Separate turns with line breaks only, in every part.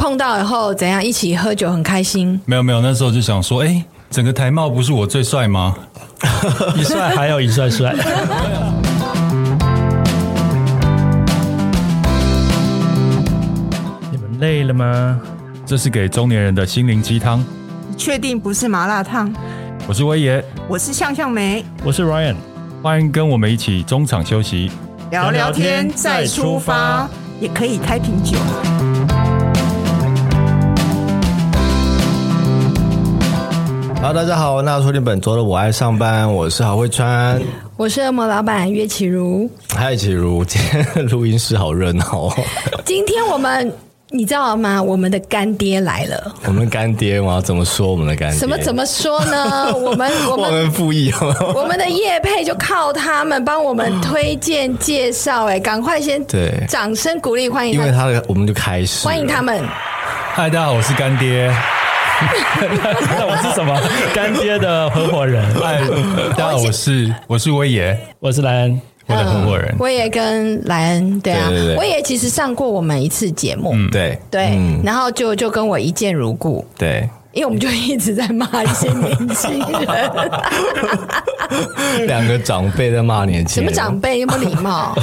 碰到以后怎样一起喝酒很开心？
没有没有，那时候就想说，哎、整个台茂不是我最帅吗？
一帅还有一帅 帅。你们累了吗？
这是给中年人的心灵鸡汤。
确定不是麻辣烫？
我是威爷，
我是向向梅，
我是 Ryan，
欢迎跟我们一起中场休息。
聊聊天再出发，也可以开瓶酒。
Hello，大家好，那说定本周的我爱上班，我是郝慧川，
我是恶魔老板岳启如。
嗨，启如，今天录音室好热闹、 哦，
今天我们你知道吗？我们的干爹来了。
我们干爹嘛，怎么说我们的干爹？
什么怎？么说 呢？我们我
忘
们
恩负义哦。
我们的业配就靠他们帮我们推荐介绍，哎，赶快先
对
掌声鼓励欢迎
因
他
为
们，
他的，我们就开始
欢迎他
们。
们。
嗨，大家好，我是干爹。
那我是什么？干爹的合伙人，
嗨，大家好，我是我是威爷，
我是莱恩。
哎我的合伙人。
我也跟莱恩对嗯啊，
对对对
我也其实上过我们一次节目，
对嗯
对，然后就就跟我一见如故。
对，
因为我们就一直在骂一些年轻人，
两个长辈在骂年轻
什么
人，
长辈有没有礼 貌？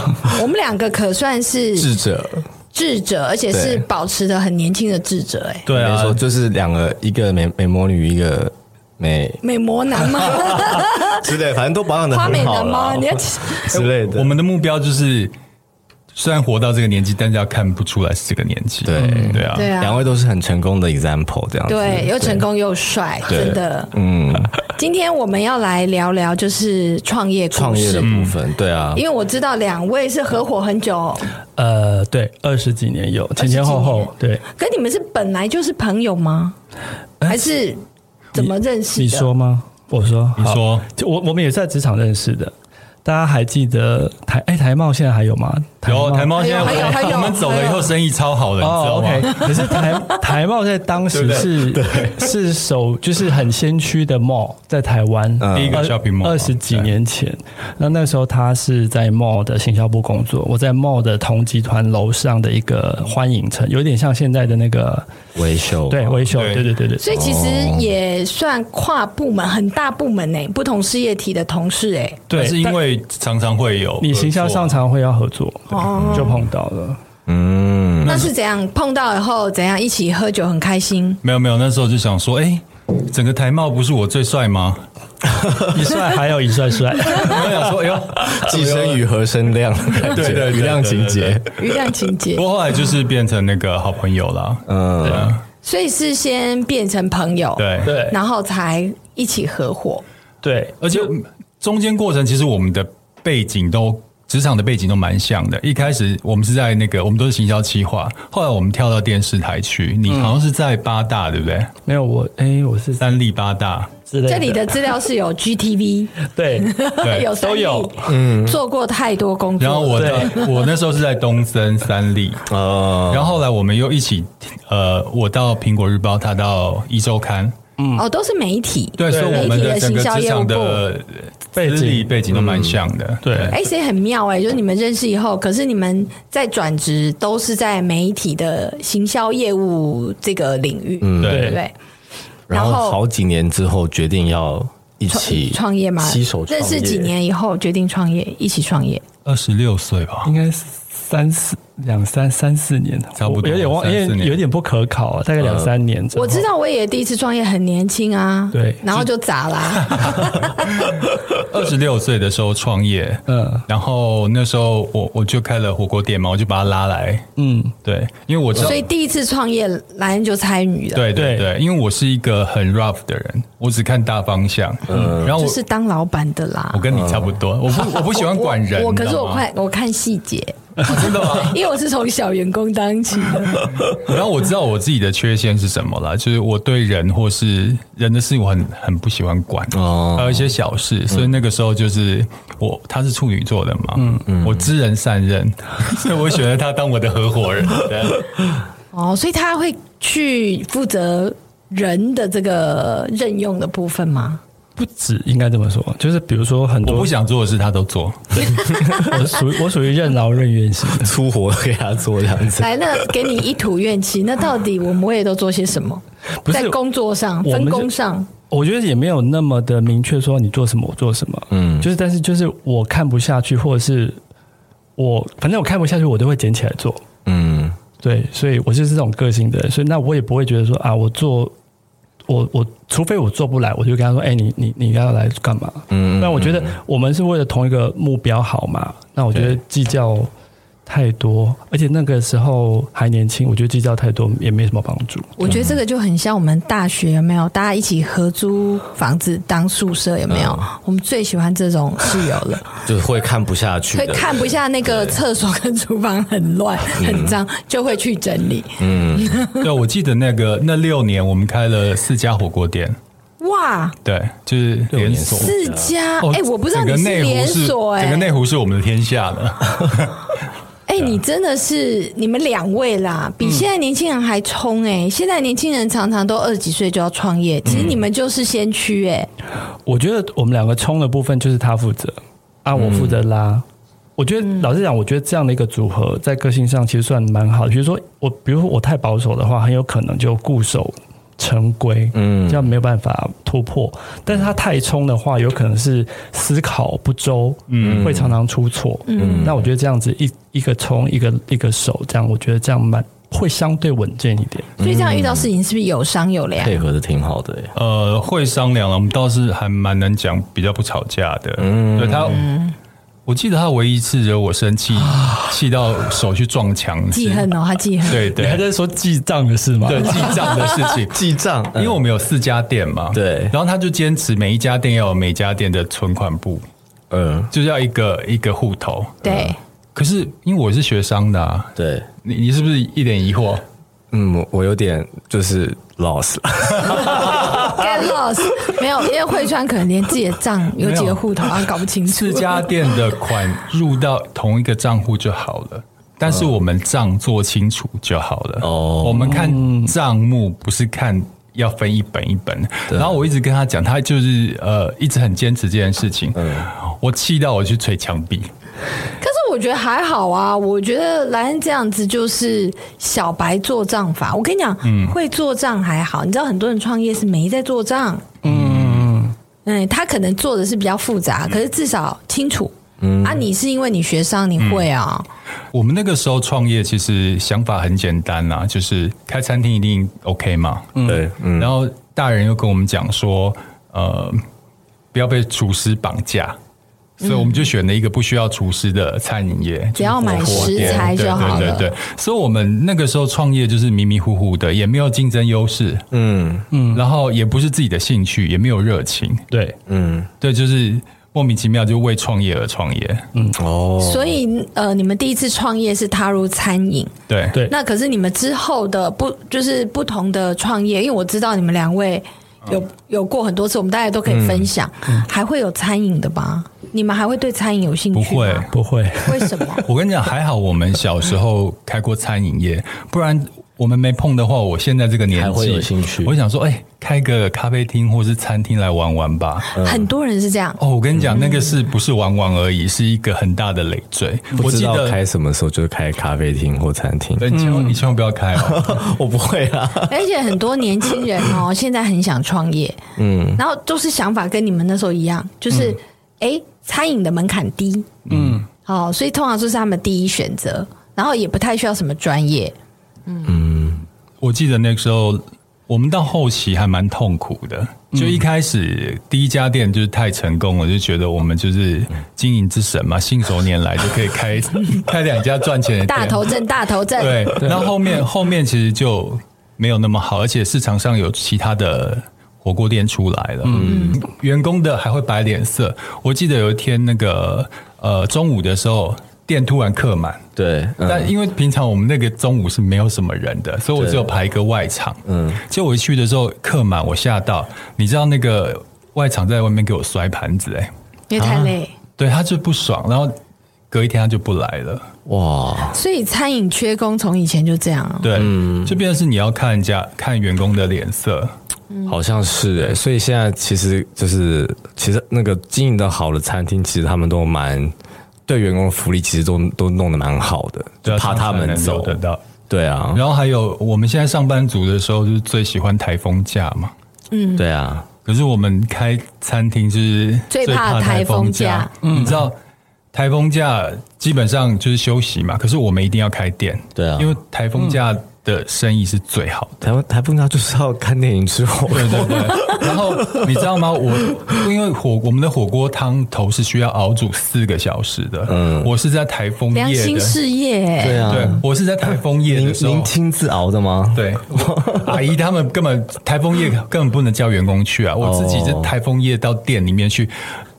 我们两个可算是
智者？
智者，而且是
对
保持的很年轻的智者、哎，
对
没
啊
错，，就是两个，一个美美魔女，一个美
美魔 男吗？
之类，反正都保养的
花美
很好
男吗？
啦
你要
之类的。
我们的目标就是，虽然活到这个年纪，但是要看不出来是这个年纪。
对
对啊，
对
两
啊，
位都是很成功的 example，这样子。
对，又成功又帅，
对
真的。
嗯，
今天我们要来聊聊就是创业故
创业的
事，
部分，对啊
因，为我知道两位是合伙很久，
呃，对，二十几年有，前前后后，对，
可你们是本来就是朋友吗？
哎
还是怎么认识的？
你说吗？我说，
你
好
说
就我我们也是在职场认识的。大家还记得台哎、台茂现在还有吗？
有台猫现在
还有还有
我们走了以
还
后，
有
生意超好的，你知道
哦
吗？
，OK。可是台 台茂在当时是是首就是很先驱的 mall，在台湾
嗯
第一个
二
shopping mall
二十几年前。那那时候他是在 mall 的行销部工作，我在 mall 的同集团楼上的一个欢迎城，有点像现在的那个
维修
对维修，
对
对对对对。
所以其实
哦
也算跨部门，很大部门呢、不同事业体的同事哎、
对
但是因
但
为常常会有
你行销
合作
上常会要合作，
哦
就碰到 了。
嗯，
那是怎样碰到以后怎样一起喝酒很开 心？
没有没有，那时候就想说，哎、整个台茂不是我最帅吗？
一帅还有一帅帅，
我想说，哎 呦，
寄生于和声量的感觉，
对对对
余量情节，
余量情节
不，过后来就是变成那个好朋友啦。
嗯，
所以是先变成朋友，，
对，
对
然后才一起合伙。
对，
而且中间过程其实我们的背景都。职场的背景都蛮像的，一开始我们是在那个，我们都是行销企划，后来我们跳到电视台去。你好像是在八大，对不对？
没有我哎、我是
三立八大，
之类
这里的资料是有 GTV，
对
对
有三
都
立
有，
嗯，做过太多工作了。
然后我的我那时候是在东森 三立，
哦
呃，
然后后来我们又一起，呃，我到苹果日报，他到一周刊，
哦，都是媒体，
对，所以我
媒
们
体
的
的
整
行
个
销
职
业务
场
部。
的
背景
资历背景都蛮像的。
对
哎，谁很妙哎、就是你们认识以后，可是你们在转职都是在媒体的行销业务这个领域，嗯，
对
对不
对，
对？
然
然
后
后
好几年之后决定要一起
创创业嘛，
携手创
认
业
识几， 年以后决定创业，一起创业。
二十六岁吧
应，该是三四两三三四年，
差不多
我有点忘，
三四
因
年呃
为有点不可考、啊，大概两三年之后、
我知道我也第一次创业很年轻啊，
对
然后就砸 啦，
二十六岁的时候创业，
嗯
然后那时候我我就开了火锅店嘛，我就把他拉来，
嗯，
对，因为我知道
所，以第一次创业莱恩就参与了，，
对对
对
对，因为我是一个很 rough 的人，我只看大方向，然后
嗯就
我
是当老板的啦
我。跟你差不多，我不我不喜欢管人，
我我可
你
是
知道
我
吗
看我看细节，
真的吗？
因为我是从小员工当 起的，
然后我知道我自己的缺陷是什么啦，就是我对人或是人的事情我很很不喜欢管，
哦
还有一些小事，所以那个时候就是我她是处女座的嘛，嗯嗯，我知人善任， 所以我选择她当我的合伙 人。
哦，所以他会去负责人的这个任用的部分吗？
不止，应该这么说，就是比如说很
我
多
不，想做的事他都做，
我属于我属于任劳任怨型 的，
粗活给他做这样子。
来，那给你一吐怨气，那到底我们也都做些什么？
不
在
是
工作上、
我
分
们是
工上，
我觉得也没有那么的明确说你做什么，我做什么。嗯，就是但是就是我看不下去，或者是我反正我看不下去，我都会捡起来做。
嗯，
对，所以我就是这种个性的人，所以那我也不会觉得说啊，我做我我，除非我做不来，我就跟他说，哎、你你你要来干嘛？嗯，那我觉得我们是为了同一个目标好嘛，那我觉得计较太多，而且那个时候还年轻，我觉得计较太多也没什么帮助。
我觉得这个就很像我们大学有没有？大家一起合租房子当宿舍有没有？
嗯
我们最喜欢这种室友 了，
就是会看不下去
会
的。
看不下那个厕所跟厨房很乱
嗯
很脏，就会去整理。
对，我记得那个那六年我们开了四家火锅店，
哇，
对，就是连锁。
四家
哦
哎，我不知道
整
你
个
是
内湖
连
是
锁
整个
哎，
内湖是啊我们的天下的。
哎，你真的是你们两位
嗯
啦，比现在年轻人还冲哎！现在年轻人常常都二十几岁就要创业，
嗯
其实你们就是先驱哎。
我觉得我们两个冲的部分就是他负责啊，我负责拉。我觉得老实讲，我觉得这样的一个组合在个性上其实算蛮好的。比如说我，比如说我太保守的话，很有可能就固守成规，嗯，这样没有办法突破。但是他太冲的话，有可能是思考不周，嗯，会常常出错，嗯。那我觉得这样子一一个冲一个一个守，这样我觉得这样蛮会相对稳健一点。
所以这样遇到事情是不是有商有量？
配合的挺好的耶，
呃，会商量了，我们倒是还蛮能讲，比较不吵架的。
嗯
对他，
嗯
我记得他唯一一次惹我生气，气到手去撞墙，
啊记恨哦，他记恨。
对
你还
对
在说记账的事吗？
对，记账的事情。
记账，
嗯
因为我们有四家店嘛，
对
然后他就坚持每一家店要有每家店的存款簿，
嗯，
就是要一个一个户头。
对，
可是因为我是学商的、啊，
对，
你你是不是一脸疑惑？
嗯，我我有点就是 lost 了，
get lost 没有，因为慧川可能连自己的账有几个户头啊搞不清楚
四。家店的款入到同一个账户就好了，但是我们账做清楚就好了。
哦
哦，我们看账目不是看要分一本一本。然后我一直跟他讲，他就是呃一直很坚持这件事情。我气到我去捶墙壁。
可是我觉得还好啊，我觉得莱恩这样子就是小白做账法。我跟你讲，会做账还好，你知道很多人创业是没在做账，嗯嗯，他可能做的是比较复杂，可是至少清楚。啊，你是因为你学商，你会啊，
我们那个时候创业，其实想法很简单啦、就是开餐厅一定 OK 嘛。
对，嗯，
然后大人又跟我们讲说，呃，不要被厨师绑架，所以我们就选了一个不需要厨师的餐饮业，
嗯只要买
火锅
食
店
材就好
对
了
对对对，所以我们那个时候创业就是迷迷糊糊的，也没有竞争优势，
嗯
嗯，然后也不是自己的兴趣，也没有热情，
对，
嗯，
对，就是莫名其妙就为创业而创业，
嗯
哦，
所以呃，你们第一次创业是踏入餐饮，
对
对
那可是你们之后的不就是不同的创业，因为我知道你们两位有有过很多次，我们大家都可以分享，还会有餐饮的吧？你们还会对餐饮有兴趣吗？
不会。
不会。
为什么？
我跟你讲，还好我们小时候开过餐饮业，不然我们没碰的话，我现在这个年纪
还会有兴趣
我想说，哎、开个咖啡厅或是餐厅来玩玩吧。
很多人是这样，
哦，我跟你讲，那个是不是玩玩而已，是一个很大的累赘。
不
我
知
记
道
得，
开嗯什么时候就是开咖啡厅或餐厅，
对，你千万你千万不要开 哦。
我不会啊啦，
而且很多年轻人哦，现在很想创业，嗯，然后都是想法跟你们那时候一样，就是哎、诶餐饮的门槛低，嗯，哦，所以通常就是他们第一选择，然后也不太需要什么专业，
我记得那时候我们到后期还蛮痛苦的，
嗯
就一开始第一家店就是太成功了，就觉得我们就是经营之神嘛，信手拈来就可以 开开两家赚钱的店。
大头阵，大头阵，
啊 对，然后后面后面其实就没有那么好，而且市场上有其他的火锅店出来了，嗯，员工的还会摆脸色。我记得有一天那个呃中午的时候，店突然客满。
对，嗯
但因为平常我们那个中午是没有什么人的，所以我只有排一个外场。嗯，结果我一去的时候客满，我吓到。你知道那个外场在外面给我摔盘子、欸，哎，
因为太累。
对，他就不爽，然后隔一天他就不来了。
哇，
所以餐饮
嗯
缺工从以前就这样、哦。
嗯
对，就变成是你要看人家看员工的脸色，
好像是哎、所以现在其实就是，其实那个经营的好的餐厅，其实他们都蛮对员工的福利，其实都都弄得蛮好的，
对
就
啊
怕他
常常
们
能
走
留得到。
对啊，
然后还有我们现在上班族的时候，就是最喜欢台风假嘛。
对啊，
可是我们开餐厅就是
最怕
怕
台风
风
假，
嗯
你知道台风假基本上就是休息嘛，可是我们一定要开店，
对啊嗯
因为台风假的生意是最好的。
台湾台风假就是要看电影吃火锅，
对 对，然后你知道吗？我因为火我们的火锅汤头是需要熬煮四个小时的，嗯，我是在台风
良
夜
心
的，
事业、
对啊，
对，我是在台风夜
您
的时候
您，亲自熬的吗？
对，我阿姨他们根本台风夜根本不能叫员工去啊！
哦
我自己是台风夜到店里面去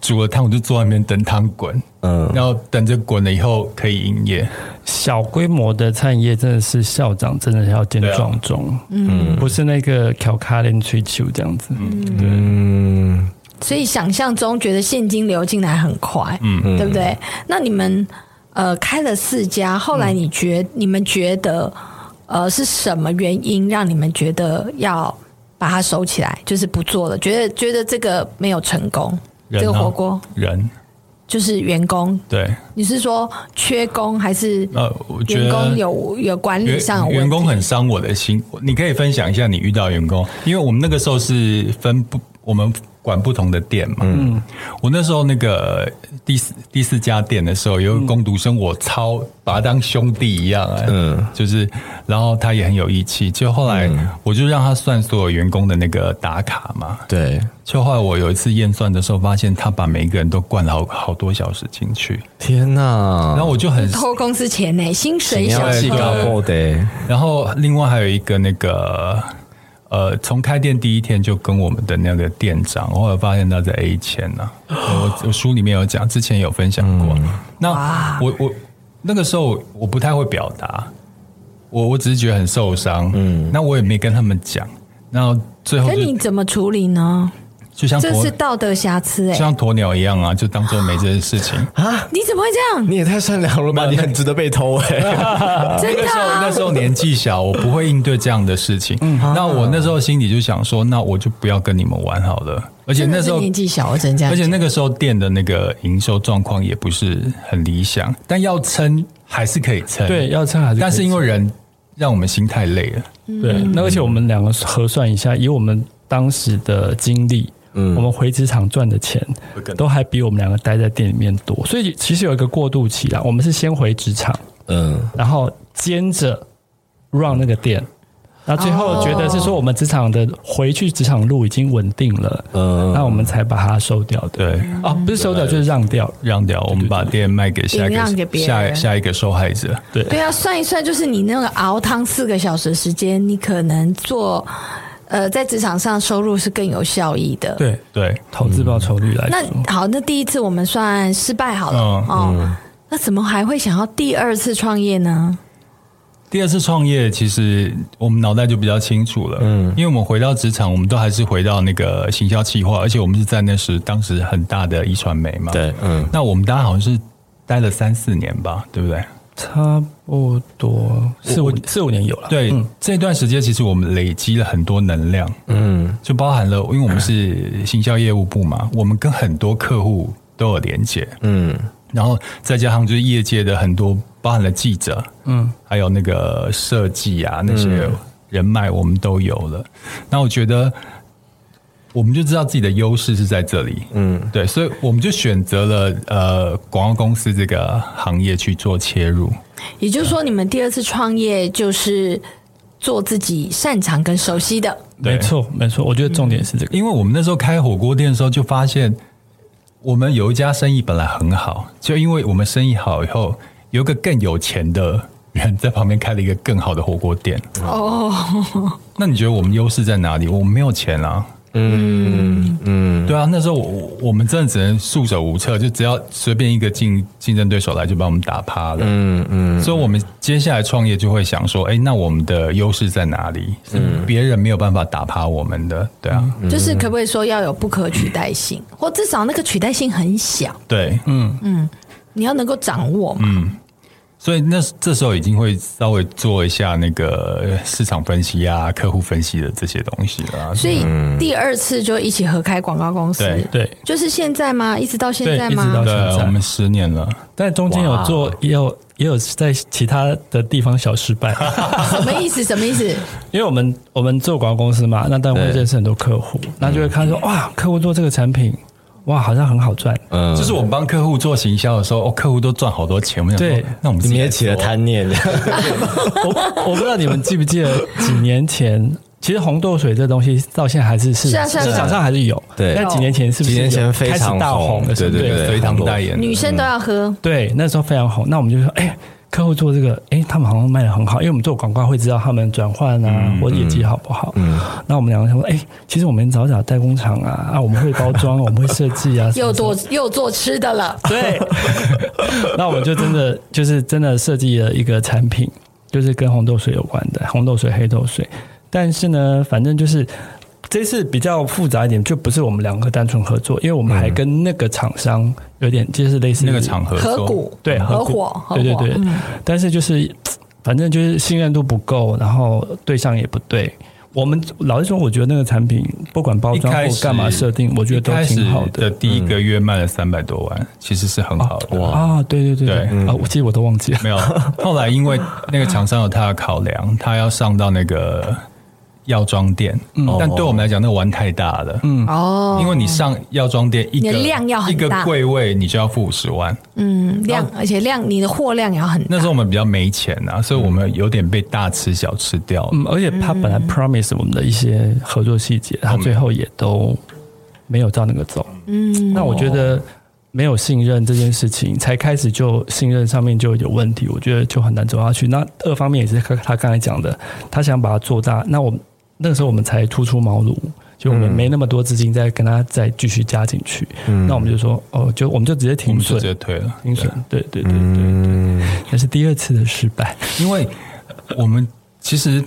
煮了汤，我就坐在那边等汤滚，嗯，然后等着滚了以后可以营业。
小规模的餐饮业真的是校长真的要见壮中，嗯，不是那个调卡连吹球这样子，
嗯，
所以想象中觉得现金流进来很快，嗯，对不对？那你们呃开了四家，后来你觉、
嗯
你们觉得呃是什么原因让你们觉得要把它收起来，就是不做了？觉得觉得这个没有成功，
人
这个
啊
火锅
人
就是员工，
对，
你是说缺工还是
呃，我觉
员
得
工有有管理
员
上的
员
问
工
题？
很伤我的心，你可以分享一下你遇到员工，因为我们那个时候是分不，我们管不同的店嘛。嗯，我那时候那个第四第四家店的时候，有一个工读生，我超把他当兄弟一样、哎，嗯，就是，然后他也很有义气，就后来我就让他算所有员工的那个打卡嘛。
对，
就后来我有一次验算的时候，发现他把每一个人都灌了好好多小时进去，
天哪，
然后我就很
偷公司钱呢、薪水
你
小
要
请
记
偷
对
搞欸过的，
然后另外还有一个那个呃，从开店第一天就跟我们的那个店长，后来发现他在 A 签呢、我我书里面有讲，之前有分享过。那我我那个时候我不太会表达，我我只是觉得很受伤。嗯，那我也没跟他们讲。那最后
可你
就
怎么处理呢？
就像
这
鸵
是道德瑕疵哎、
就像鸵鸟一样啊，就当做没这件事情。
你怎么会这样？
你也太善良了吧，你很值得被偷哎、
嗯
真
那
的、
时候
啊
那？时候年纪小，我不会应对这样的事情。
嗯
那我那时候心里就想说，那我就不要跟你们玩好了。而且
真的
那时
是
候，
年纪小，我真这样
而且
讲。
那个时候店的那个营收状况也不是很理想，但要撑还是可以撑。
对，，要趁还是可以
但是因为嗯人让我们心太累了。
对，那而且我们两个核算一下，以我们当时的经历，我们回职场赚的钱
嗯会更多
都还比我们两个待在店里面多，所以其实有一个过渡期啦。我们是先回职场，
嗯，
然后兼着 run 那个店。然后最后觉得是说我们职场的回去职场路已经稳定了，
嗯
那我们才把它收掉的。
对，
啊，不是收掉就是让掉。
让掉我们把店卖给下
也
一
让给
个
别
下
人
下一个受害者。
对，
对啊，算一算，就是你那个熬汤四个小时的时间，你可能做呃，在职场上收入是更有效益的。，
对
对，
投资报酬率来
那
说，
好，那第一次我们算失败好了
嗯
哦。那怎么还会想要第二次创业呢？
第二次创业，其实我们脑袋就比较清楚了，嗯，因为我们回到职场，我们都还是回到那个行销企划，而且我们是在那时当时很大的一传媒嘛，
对，嗯，
那我们大家好像是待了三四年吧，对不对？
差不多四五四五年有了。
对，这段时间其实我们累积了很多能量，嗯，就包含了，因为我们是行销业务部嘛，我们跟很多客户都有连接，嗯，然后再加上就是业界的很多，包含了记者，嗯，还有那个设计啊那些人脉，我们都有了。那我觉得。我们就知道自己的优势是在这里，嗯，对，所以我们就选择了呃广告公司这个行业去做切入，
也就是说，你们第二次创业就是做自己擅长跟熟悉的。
对
没错，没错，我觉得重点是这个。
因为我们那时候开火锅店的时候，就发现我们有一家生意本来很好，就因为我们生意好以后，有一个更有钱的人在旁边开了一个更好的火锅店。
哦，
那你觉得我们优势在哪里？我们没有钱啊。嗯嗯，对啊，那时候我我我们真的只能束手无策，就只要随便一个竞竞争对手来就把我们打趴了。嗯嗯，所以我们接下来创业就会想说，哎、那我们的优势在哪里？是别人没有办法打趴我们的，对啊，
就是可不可以说要有不可取代性，或
嗯
至少那个取代性很小，
对，
你要能够掌握嘛。
所以那这时候已经会稍微做一下那个市场分析啊、客户分析的这些东西了啊。
所以第二次就一起合开广告公司，
对
对，
就是现在吗？一直到现在
对一直
吗
到？
对
现，在
我们十年了，
但中间有做，也有也有在其他的地方小失败，
什么意思？什么意思？
因为我们我们做广告公司嘛，那当然会
对
认识很多客户，那就会看说哇，客户做这个产品，哇，好像很好赚，
嗯，
就是我们帮客户做行销的时候，哦，客户都赚好多钱，我们想
对
说，那我们自
你
己
也
来
起了
做
贪 念，
我我不知道你们记不记得几年前，其实红豆水这东西到现在还是市
是啊
场
是啊
市场上还是有。
对
但几年前是不是
几年前
有
非常
开始大红的时候？
红对对
隋唐代言的，
女生都要喝，
对，那时候非常红。那我们就说，哎、客户做这个，哎、他们好像卖的很好，因为我们做广告会知道他们转换啊，或者业绩好不好。嗯，那我们两个说，哎、其实我们早找代工厂啊，啊，我们会包装， 我们会设计啊，什么
又
什么
做又做吃的了。
对， 那我们就真的就是真的设计了一个产品，就是跟红豆水有关的红豆水、黑豆水。但是呢，反正就是这次比较复杂一点，就不是我们两个单纯合作，因为我们还跟那个厂商有点就是类似
那个场合
合股
对
合
股
伙合
对对
伙
对。但是就是反正就是信任度不够，然后对象也不对。我们老实说，我觉得那个产品不管包
一
装
开
或
始
干嘛设定，我觉得
一
都
开始
挺好的。嗯
的。第一个月卖了三百多万，其实是很好的。哇，
啊，对对对
对
对啊，我记得我都忘记了。
没有。后来因为那个厂商有他的考量，他要上到那个药妆店，哦但对我们来讲，那个玩太大了。嗯，
哦
因，为你上药妆店一个
你的量要
一
很
个
大
柜位，你就要付五十万。
嗯，量而且量你的货量也要很大
那时候我们比较没钱啊，所以我们有点被大吃小吃掉。
嗯，而且他本来 promise 我们的一些合作细节，他最后也都没有照那个走。嗯，那我觉得没有信任这件事情，才开始就信任上面就有问题，我觉得就很难走下去。那二方面也是他他刚才讲的，他想把它做大，那我那个时候我们才初出茅庐。就我们没那么多资金再跟他再继续加进去，那我们就说哦，就我们就直接
我
停
们就
损
直，接退了，
停损，对对对对对，那是第二次的失败。
因为我们其实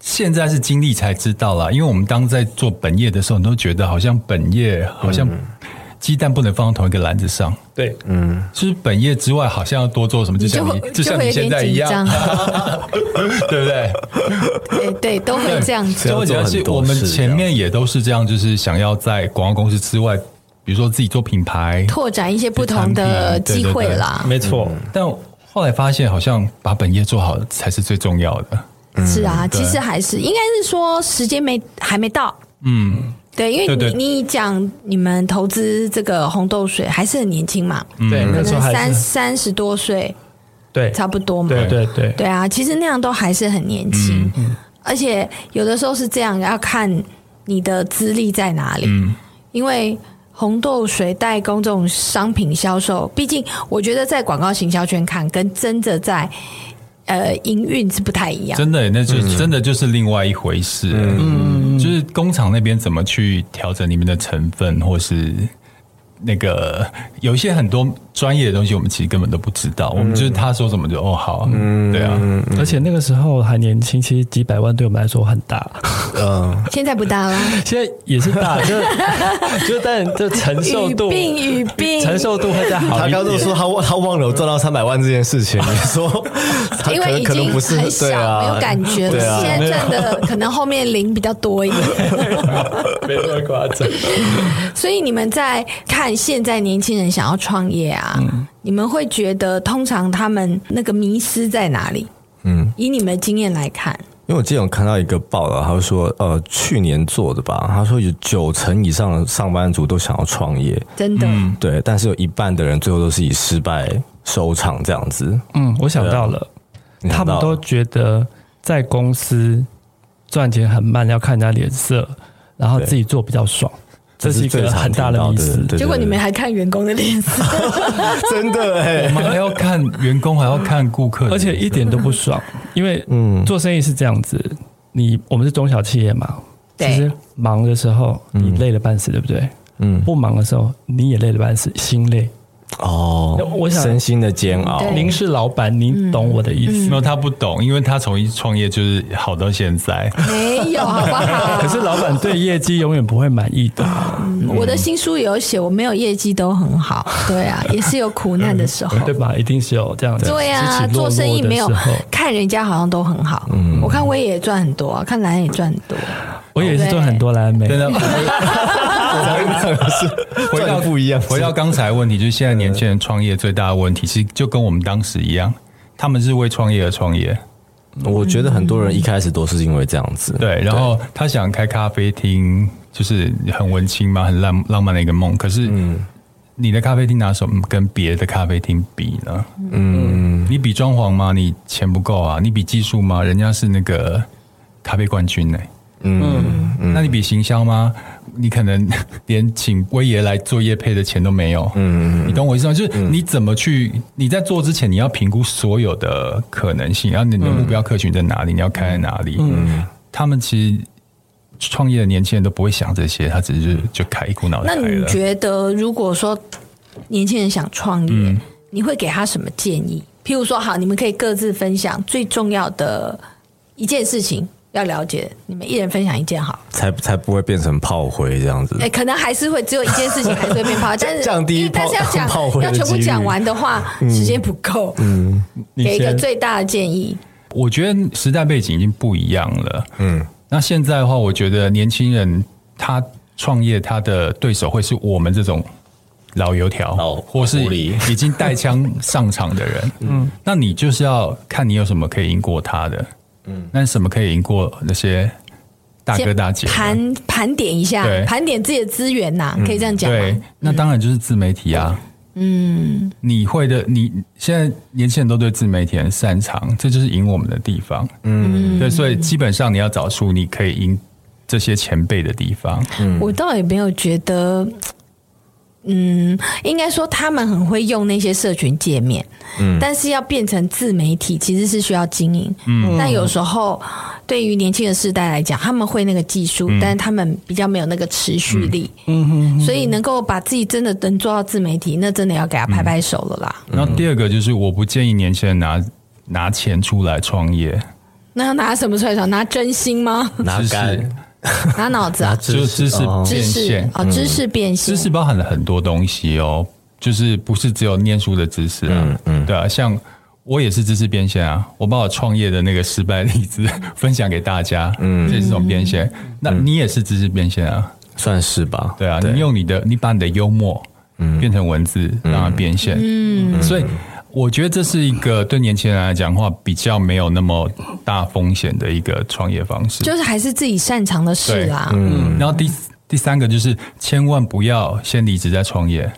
现在是经历才知道啦，因为我们当在做本业的时候，你都觉得好像本业好像鸡蛋不能放到同一个篮子上，
对，
就是本业之外好像要多做什么，就
你就
像你
会
像
会
你
有
现在
点
一
紧
样
张，，
对不对？
对哎对，都会这样子
就。我觉得是我们前面也都是这样，就是想要在广告公司之外，比如说自己做品牌，
拓展一些不同的
产品
机
对对
会
对
啦，
没错，
但后来发现好像把本业做好才是最重要的。
是啊，
嗯对
其实还是应该是说时间没还没到，
嗯，
对，因为你
对对
你讲你们投资这个红豆水还是很年轻嘛，
嗯
对，
可
那时
能
候还
三
是
三十多岁
对，
差不多嘛，
对嗯对对，
对啊，其实那样都还是很年轻，
嗯
而且有的时候是这样，要看你的资历在哪里。
嗯
因为红豆水代工这种商品销售，毕竟我觉得在广告行销圈看，跟真的在呃营运是不太一样。
真的，那就、真的就是另外一回事。嗯，就是工厂那边怎么去调整里面的成分，或是那个有一些很多专业的东西，我们其实根本都不知道。我们就是他说什么就哦好，对啊，
嗯
而且那个时候还年轻，其实几百万对我们来说很大，
嗯，
现在不搭啦，
现在也是 大，就就但就承受
与
度，
病与病，
承受度会再好
他
一
刚刚
点。
说他忘他忘了我赚到三百万这件事 情，你说他
因
可
为
能
已
可能
经
不是
很小，
对啊，
没有感觉
对
了。
啊，
现在赚的可能后面零比较多一点。
没那么夸张，
所以你们在看现在年轻人想要创业啊，你们会觉得通常他们那个迷失在哪里？嗯，以你们的经验来看，
因为我之前有看到一个报道，他说呃去年做的吧，他说有九成以上的上班族都想要创业，
真的，
对，但是有一半的人最后都是以失败收场这样子。
嗯，我想到了，
你
他
看啊到
们都觉得在公司赚钱很慢，要看人家脸色，然后自己做比较爽，这是一
最
个
常
很大的
听到
迷思。
对
结果你们还看员工的脸色，
真的哎、
我们还要看员工，还要看顾客，
而且一点都不爽， 因为
嗯
做生意是这样子，你我们是中小企业嘛，
对
其实忙的时候你累得半死，对不对？
嗯
不忙的时候你也累得半死，心累。
哦
那，我想
身心的煎熬，
对嗯
您是老板，您懂我的意思
没
吗？
有他不懂，因为他从一创业就是好到现在。
没有，好不好？
可是老板对业绩永远不会满意的。
我的新书也有写，我没有业绩都很好，对啊，也是有苦难的时候。
对吧？一定是有这样的
对啊，
起起落
做
落
生意
的
没有
时候
看人家好像都很好，我看威也赚很多啊，看蓝也赚很多，
我也是做很多蓝莓，
真的，
回到不一样，
回到刚才的问题，就是现在年轻人创业最大的问题，其实就跟我们当时一样，他们是为创业而创业。
我觉得很多人一开始都是因为这样子，
对，然后他想开咖啡厅，就是很文青嘛，很浪浪漫的一个梦。可是，你的咖啡厅拿什么跟别的咖啡厅比呢？嗯，你比装潢吗？你钱不够啊？你比技术吗？人家是那个咖啡冠军呢、嗯，那你比行销吗？你可能 连请威爷来做业配的钱都没有。嗯，你懂我意思吗？就是你怎么去？你在做之前，你要评估所有的可能性，然后你的目标客群在哪里，你要开在哪里。嗯，他们其实创业的年轻人都不会想这些，他只是就开一股脑袋
那
开
你
了。
觉得，如果说年轻人想创业，你会给他什么建议？譬如说，好，你们可以各自分享最重要的一件事情要了解，你们一人分享一件好了。
才才不会变成炮灰这样子
哎、。可能还是会只有一件事情还是会被泡，但是
嗯降低
因为但是要
炮
讲
炮灰的
要全部
几率
讲完的话，时间不够。嗯，
你
给一个
先
最大的建议。
我觉得时代背景已经不一样了。嗯，那现在的话，我觉得年轻人他创业，他的对手会是我们这种老油条，
老
或是
狐狸
已经带枪上场的 人。嗯，那你就是要看你有什么可以赢过他的。嗯，那什么可以赢过那些大哥大姐呢？
盘盘点一下
对，
盘点自己的资源呐、可以这样讲吗？
对，那当然就是自媒体啊。嗯，你会的，你现在年轻人都对自媒体很擅长，这就是赢我们的地方。嗯，对，所以基本上你要找出你可以赢这些前辈的地方。
我倒也没有觉得，嗯，应该说他们很会用那些社群界面，嗯，但是要变成自媒体其实是需要经营，嗯，但有时候对于年轻的世代来讲，他们会那个技术，但是他们比较没有那个持续力，嗯哼所以能够把自己真的能做到自媒体，那真的要给他拍拍手了啦。
然后第二个就是，我不建议年轻人拿拿钱出来创业，
那要拿什么出来讲？拿真心 吗？
拿
知识
杆
拿脑子啊？
就是知识变
知识
现，
啊、哦，知识变现，
知识包含了很多东西哦，就是不是只有念书的知识啊，嗯，对啊，像我也是知识变现啊，我把我创业的那个失败例子 分享给大家，嗯，这也是一种变现。那你也是知识变现啊，
算是吧？
对啊，你用你的，你把你的幽默，嗯，变成文字，让它变现，嗯，所以。我觉得这是一个对年轻人来讲的话比较没有那么大风险的一个创业方式，
就是还是自己擅长的事
对
啦。
嗯，然后第第三个就是千万不要先离职再创业。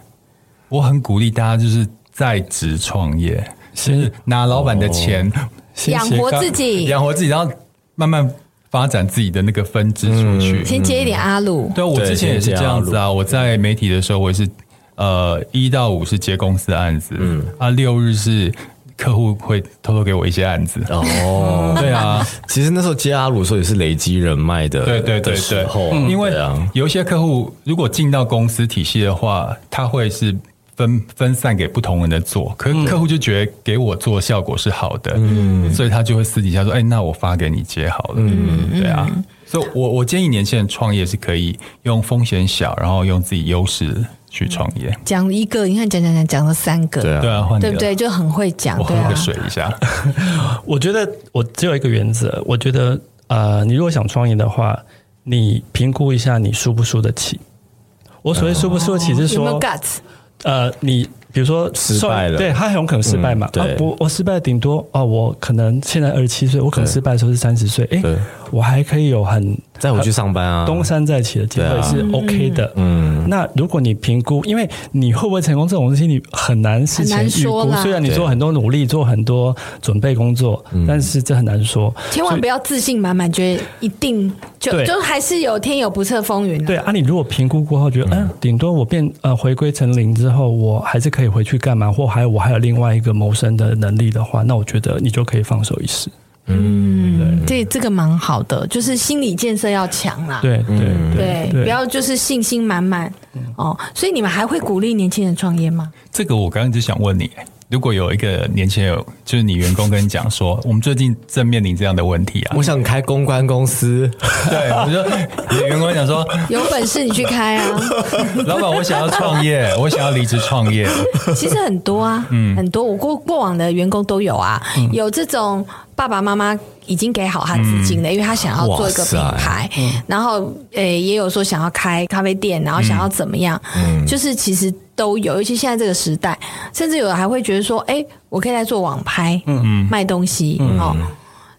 我很鼓励大家就是在职创业，就是哦拿老板的钱
先
养
斜
活
杠
自己，
养活自己，然后慢慢发展自己的那个分支出去。
先接一点阿鲁，
对啊，我
对
之前也是这样子啊。我在媒体的时候，我也是呃一到五是接公司的案子，嗯，啊六日是客户会偷偷给我一些案子。
哦，
对啊，
其实那时候接阿鲁的时候也是累积人脉的，
对对对
的时
对，嗯
候啊，
因为
对啊
有一些客户如果进到公司体系的话，他会是分分散给不同人的做，可是客户就觉得给我做效果是好的，嗯，所以他就会私底下说，哎，那我发给你接好了，嗯，对啊，所以我我建议年轻人创业是可以用风险小，然后用自己优势去创业，
讲一个，你看讲讲讲讲了三个，
对啊
嗯对啊，换你
对不
了？
对？就很会讲
我，喝
对啊
个。水一下，
我觉得我只有一个原则，我觉得呃，你如果想创业的话，你评估一下你输不输得起。我所谓
哦
输不输得起是
有没
说
有，guts？
呃，你比如说
失败
受
了
对他很有可能失败嘛
嗯。对
啊我我失败顶多哦，我可能现在二十七岁，我可能失败的时候是三十岁，哎
对，
我还可以有很
再回去上班啊，
东山再起的机
对
会
啊
是 OK 的。嗯，那如果你评估，因为你会不会成功这种东西，你很难事
很
前
难
预
说
估。
啦
虽然你做很多努力，做很多准备工作，
嗯
但是这很难说。
千万不要自信满满，觉得一定就
对
就还是有天有不测风云啊。
对啊，你如果评估过后觉得，嗯，顶多我变呃回归成零之后，我还是可以回去干嘛，或还有我还有另外一个谋生的能力的话，那我觉得你就可以放手一试。
嗯，这这个蛮好的，就是心理建设要强啦。
对对
对，
对
不要就是信心满满哦。所以你们还会鼓励年轻人创业吗？
这个我刚刚就想问你，如果有一个年轻人，就是你员工跟你讲说，我们最近正面临这样的问题啊
我，想开公关公司，
对，我就你的员工讲说，
有本事你去开啊！
老板，我想要创业，我想要离职创业，
其实很多啊，很多我过过往的员工都有啊，有这种爸爸妈妈已经给好他资金的，因为他想要做一个品牌，然后诶、也有说想要开咖啡店，然后想要怎么样，就是其实都有，尤其现在这个时代，甚至有的还会觉得说，哎、我可以来做网拍，卖东西、哦。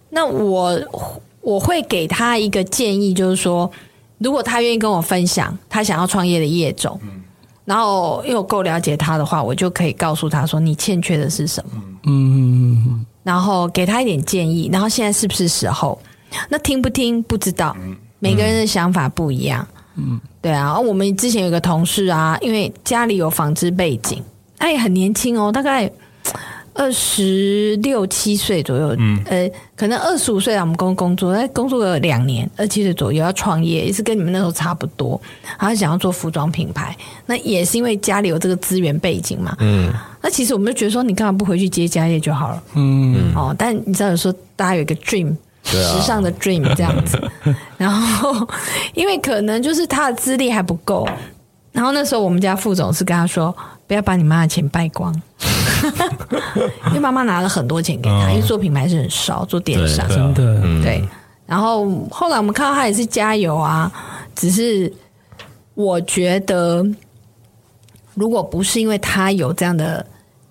那我我会给他一个建议，就是说，如果他愿意跟我分享他想要创业的业种，然后因为我够了解他的话，我就可以告诉他说你欠缺的是什么，
嗯，
然后给他一点建议，然后现在是不是时候？那听不听不知道，每个人的想法不一样。嗯，对啊，我们之前有一个同事啊，因为家里有纺织背景，他也很年轻哦，大概二十六七岁左右，嗯，呃，可能二十五岁来我们工工作，在工作了两年，二七岁左右要创业，也是跟你们那时候差不多。然后想要做服装品牌，那也是因为家里有这个资源背景嘛，嗯。那其实我们就觉得说，你干嘛不回去接家业就好了？嗯，啊哦，但你知道有时候大家有一个 dream，、时尚的 dream 这样 子，然后因为可能就是他的资历还不够，然后那时候我们家副总是跟他说，不要把你妈的钱败光。 因为妈妈拿了很多钱给他，因为做品牌是很少，做电商，
真的，
嗯对。啊然后后来我们看到他也是加油啊，只是我觉得，如果不是因为他有这样的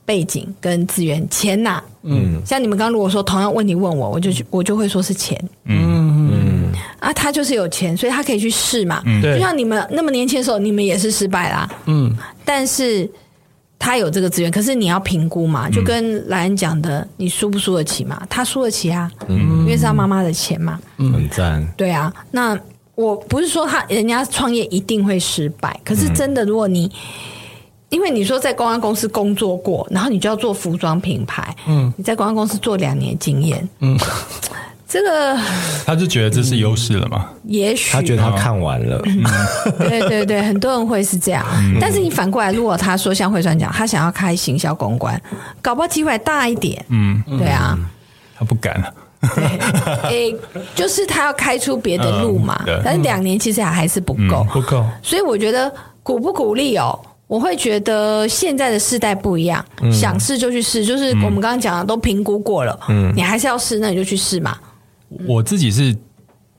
背景跟资源，钱呐、嗯，像你们刚刚如果说同样问题问我，我就去我就会说是钱，嗯嗯啊，他就是有钱，所以他可以去试嘛，
对
就像你们那么年轻的时候，你们也是失败啦，
嗯，
但是他有这个资源，可是你要评估嘛，就跟莱恩讲的，你输不输得起嘛？他输得起啊，因为是他妈妈的钱嘛。
嗯
很赞。
对啊，那我不是说他人家创业一定会失败，可是真的，如果你、因为你说在公关公司工作过，然后你就要做服装品牌，嗯，你在公关公司做两年经验，嗯，这个
他就觉得这是优势了嘛。
也许
他觉得
啊
他看完了，
嗯
对对对，很多人会是这样。但是你反过来，如果他说像慧川讲，他想要开行销公关，搞不好机会大一点。嗯，对啊，
他不敢了，
诶、就是他要开出别的路嘛。
嗯对嗯
但是两年其实还是不够，
不够，
所以我觉得鼓不鼓励哦。我会觉得现在的世代不一样，
嗯
想试就去试，就是我们刚刚讲的都评估过了，
嗯
你还是要试，那你就去试嘛，
我自己是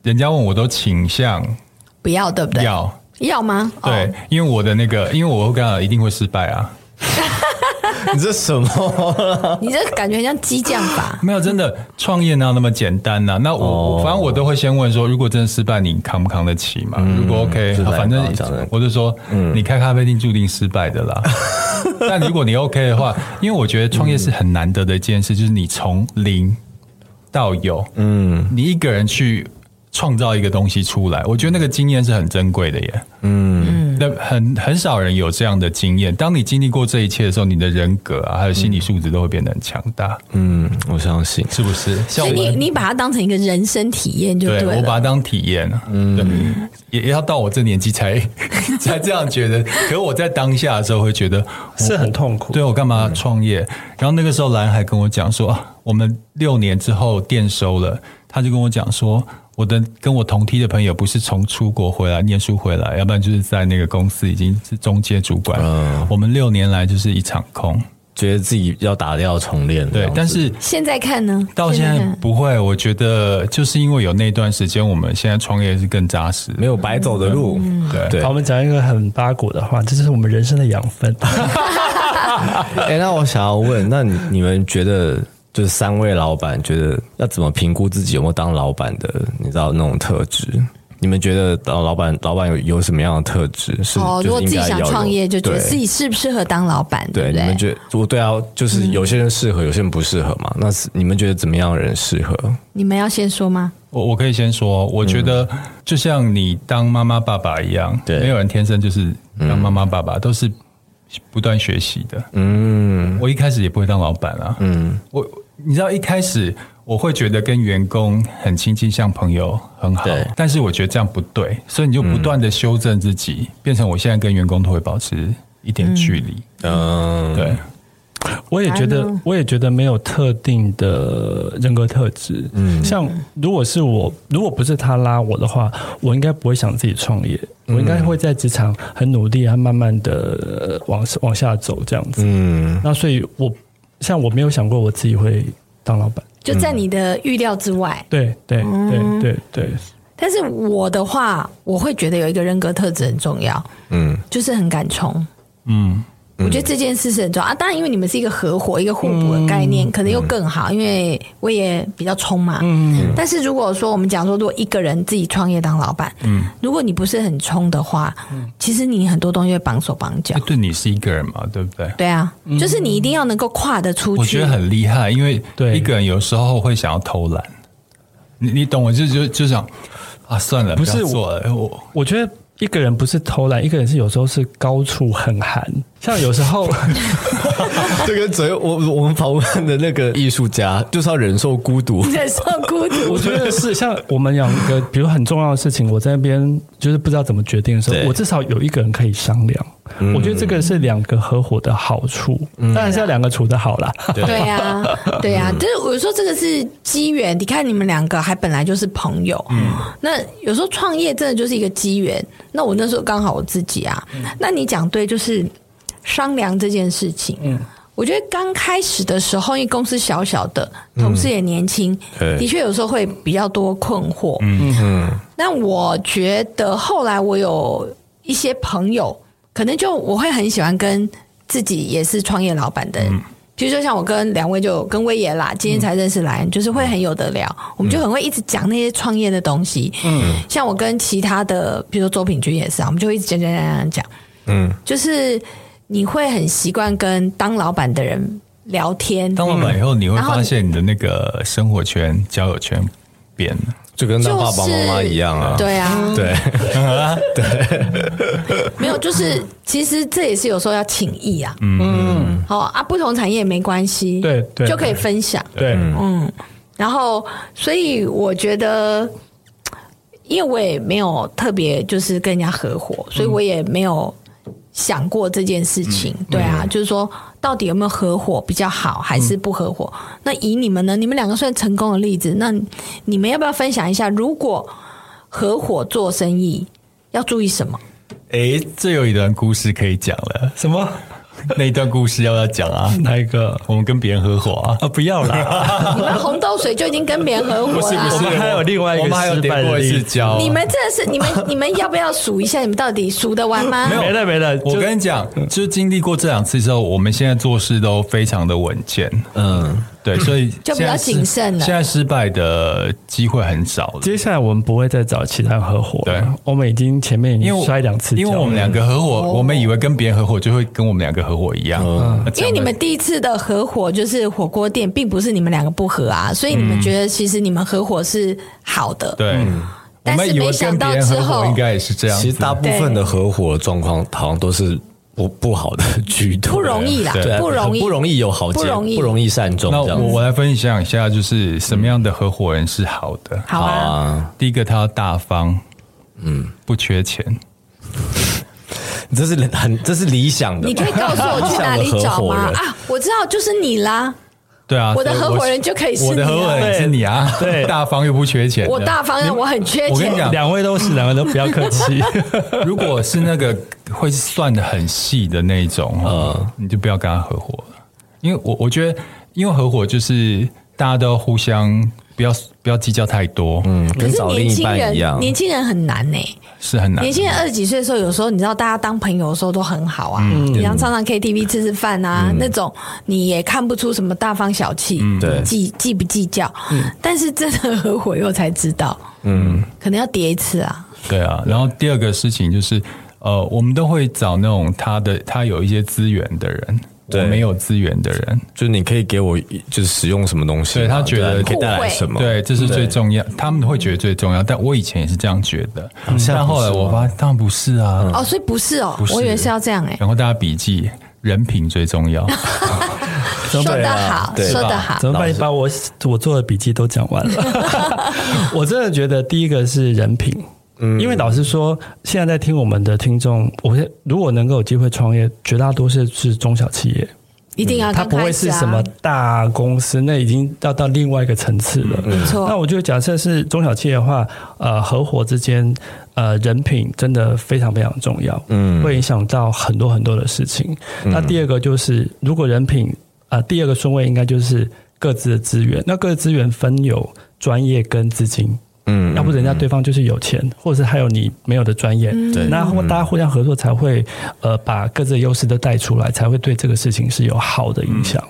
人家问我都倾向
不要对不对？
要
要吗？哦
对，因为我的那个，因为我会跟他一定会失败啊，。
你这什么？
哦你这感觉很像激将法
没有真的创业哪有那么简单呐、那我、我反正我都会先问说，如果真的失败，你扛不扛得起嘛？如果 OK，、
失败
啊反
扛得
正
起
我就说，你开咖啡店注定失败的 啦。但如果你 OK 的话，因为我觉得创业是很难得的一件事，就是你从零到有，嗯，你一个人去创造一个东西出来，我觉得那个经验是很珍贵的耶。嗯，那很很少人有这样的经验。当你经历过这一切的时候，你的人格啊，还有心理素质都会变得很强大，
嗯，我相信。
是不是？
所
像我
以你
们。
你把它当成一个人生体验就
对
了。
我把它当体验了，嗯，也也要到我这年纪 才才这样觉得。可我在当下的时候会觉得我
是很痛苦，
对我干嘛创业？然后那个时候兰还跟我讲说，啊我们六年之后店收了，他就跟我讲说，我的跟我同梯的朋友不是从出国回来念书回来，要不然就是在那个公司已经是中介主管。
嗯
我们六年来就是一场空，
觉得自己要打掉重练，这
对
样，子
但是。
现在看呢？
到现在
看
不会，我觉得就是因为有那段时间，我们现在创业是更扎实。
没有白走的路，
对
对
好，我。们讲一个很八股的话，这就是我们人生的养分。
哎，那我想要问，那你你们觉得，就是三位老板觉得要怎么评估自己有没有当老板的，你知道那种特质？你们觉得老老板老板有有什么样的特质是？
哦，
就是
如果自己
应该
想
要有
创业，就觉得
对
自己适不适合当老板，
对
不
你
对嗯
们？觉得，我对啊，就是有些人适合，有些人不适合嘛。那是你们觉得怎么样的人适合？
你们要先说吗？
我我可以先说，我觉得
嗯
就像你当妈妈爸爸一样，
对
没有人天生就是当妈妈爸爸，都是不断学习的。
嗯
我一开始也不会当老板啊，嗯，我你知道一开始我会觉得跟员工很亲近，像朋友很好
对。嗯
但是我觉得这样不对，所以你就不断的修正自己，变成我现在跟员工都会保持一点距离。
嗯，
对，
我也觉
难
得
哦，
我也觉得没有特定的人格特质。嗯，像如果是我，如果不是他拉我的话，我应该不会想自己创业，我应该会在职场很努力，还慢慢的往往下走这样子。嗯，那所以我像我没有想过我自己会当老板。
就在
嗯
你的预料之外。
对对对对对，
但是我的话，我会觉得有一个人格特质很重要，嗯，就是很敢冲，
嗯，
我觉得这件事是很重要啊。当然，因为你们是一个合伙、一个互补
嗯
的概念，可能又更好，因为我也比较冲嘛。嗯。但是如果说我们讲说，如果一个人自己创业当老板，嗯，如果你不是很冲的话，
嗯
其实你很多东西会绑手绑脚
那。对你是一个人嘛，对不对？
对啊，就是你一定要能够跨得出去。，
我觉得很厉害，因为
对
一个人有时候会想要偷懒，你你懂我就就就想啊，算了，
不是
要做了，我
我嗯觉得一个人不是偷懒，一个人是有时候是高处很寒，像有时候。
这个只有我我们访问的那个艺术家就是要忍受孤独
忍受孤独
我。觉得是像我们两个，比如很重要的事情，我在那边就是不知道怎么决定的时
对
候，我至少有一个人可以商量。我觉得这个是两个合伙的好处，当然是要两个处的好啦。
对呀、啊，对呀、啊，就是我说这个是机缘。你看你们两个还本来就是朋友，那有时候创业真的就是一个机缘。那我那时候刚好我自己啊，那你讲对，就是商量这件事情。我觉得刚开始的时候，因为公司小小的，同事也年轻，
对
的确有时候会比较多困惑。嗯嗯，那我觉得后来我有一些朋友，可能就我会很喜欢跟自己也是创业老板的人。比如说，像我跟两位就跟威爷啦，今天才认识莱恩，就是会很有得聊，我们就很会一直讲那些创业的东西。嗯，像我跟其他的，比如说周品君也是啊，我们就会一直讲讲讲讲讲。嗯，就是你会很习惯跟当老板的人聊天，
当老板以后，你会
然后
发现你的那个生活圈、交友圈变了。
就跟
就
当
是
爸爸妈妈一样啊。
对啊，
对，
没有，就是其实这也是有时候要请益啊。嗯，好啊，不同产业也没关系，
对对
就可以分享。
对，
然后，所以我觉得，因为我也没有特别就是跟人家合伙，
嗯
所以我也没有想过这件事情。
嗯
对啊，就是说到底有没有合伙比较好，还是不合伙？
嗯
那以你们呢？你们两个算成功的例子，那你们要不要分享一下，如果合伙做生意要注意什么？
诶，这有一段故事可以讲了，
什么
那一段故事要不要讲啊？
哪一个
我们跟别人合伙啊？
啊？不要啦，
你们红豆水就已经跟别人合伙了、
我们还有另外一
我
个
们还有
失败
点过一
的例
次
子。
交，
你们这是你们你们要不要数一下？你们到底数得完吗？
没了没了，
我
就
跟你讲，就经历过这两次之后，我们现在做事都非常的稳健，
嗯，
对，所以
就比较
现在是
谨慎了
现在失败的机会很少了，
接下来我们不会再找其他合伙了，
对
我们已经前面
因
已
为
经
我
摔两次跤了，
因为我们两个合伙，
哦
我们以为跟别人合伙就会跟我们两个合伙一样，那
嗯
这
因为
样
你们第一次的合伙就是火锅店，并不是你们两个不合啊，所以你们觉得其实你们合伙是好的。
对，我
嗯但是
们以为跟别
没想到
人合
之后
伙应该也是这样子，
其实大部分的合伙状况好像都是不不好的 居多，
不容易啦
对啊
不容易
不容易有好结，
不容易
不容易善终
那
这样
我
子
我来分享一下，就是什么样的合伙人是好的。
好
好
啊，
啊。
第一个，他要大方，嗯，不缺钱，
这是很这是理想的吧，
你可以告诉我去哪里
理想的
找
合伙
吗？
人
啊，我知道，就是你啦，
对啊，
我的
所以
合伙人就可以是
我的
你啊
合伙人也是你啊，
对
大方又不缺钱的，
我大方，我很缺
我跟你
钱。
讲
两位都是，两位都不要客气。
如果是那个会算的很细的那一种，呃，你就不要跟他合伙了，因为我我觉得，因为合伙就是大家都互相不要不要计较太多，嗯，
可
跟
是
找另
年
一
轻
半一
人，
样，
年轻人很难欸呢、
是很难
年。轻人二十几岁的时候，有时候你知道，大家当朋友的时候都很好啊，
嗯
你像唱唱 KTV、吃吃饭啊，那种你也看不出什么大方小气，
对
计计不计较。但是真的合伙以后才知道，嗯，可能要叠一次啊。
对啊，然后第二个事情就是，呃，我们都会找那种他的他有一些资源的人，我
对
没有资源的人，
就是你可以给我就是使用什么东西嘛，
对他觉得
对啊你可以带来什么，
嗯对，嗯这是最重要，他们会觉得最重要。但我以前也是这样觉得，
现在
但
不
后来
是
我
吗
发现当然不是啊，
哦，所以不是哦，
不是
我以为是要这样哎、
然后大家笔记，人品最重要。
怎
说
么办
得
呀
好，
对
说得好
怎，么办？
老
你
师
把我我做的笔记都讲完 了。 我真的觉得第一个是人品，因为老实说，现在在听我们的听众，我现如果能够有机会创业，绝大多数是中小企业，
一定要
它
刚
嗯不会
开始
是
啊
什么大公司，那已经要到另外一个层次了。
没
嗯那
错，
我就假设是中小企业的话，呃，合伙之间，呃，人品真的非常非常重要，嗯，会影响到很多很多的事情。那第二个就是，如果人品，呃，第二个顺位应该就是各自的资源，那各自资源分有专业跟资金。嗯，要不人家对方就是有钱，或者是还有你没有的专业，
嗯
对
那大家互相合作才会，呃，把各自的优势都带出来，才会对这个事情是有好的影响。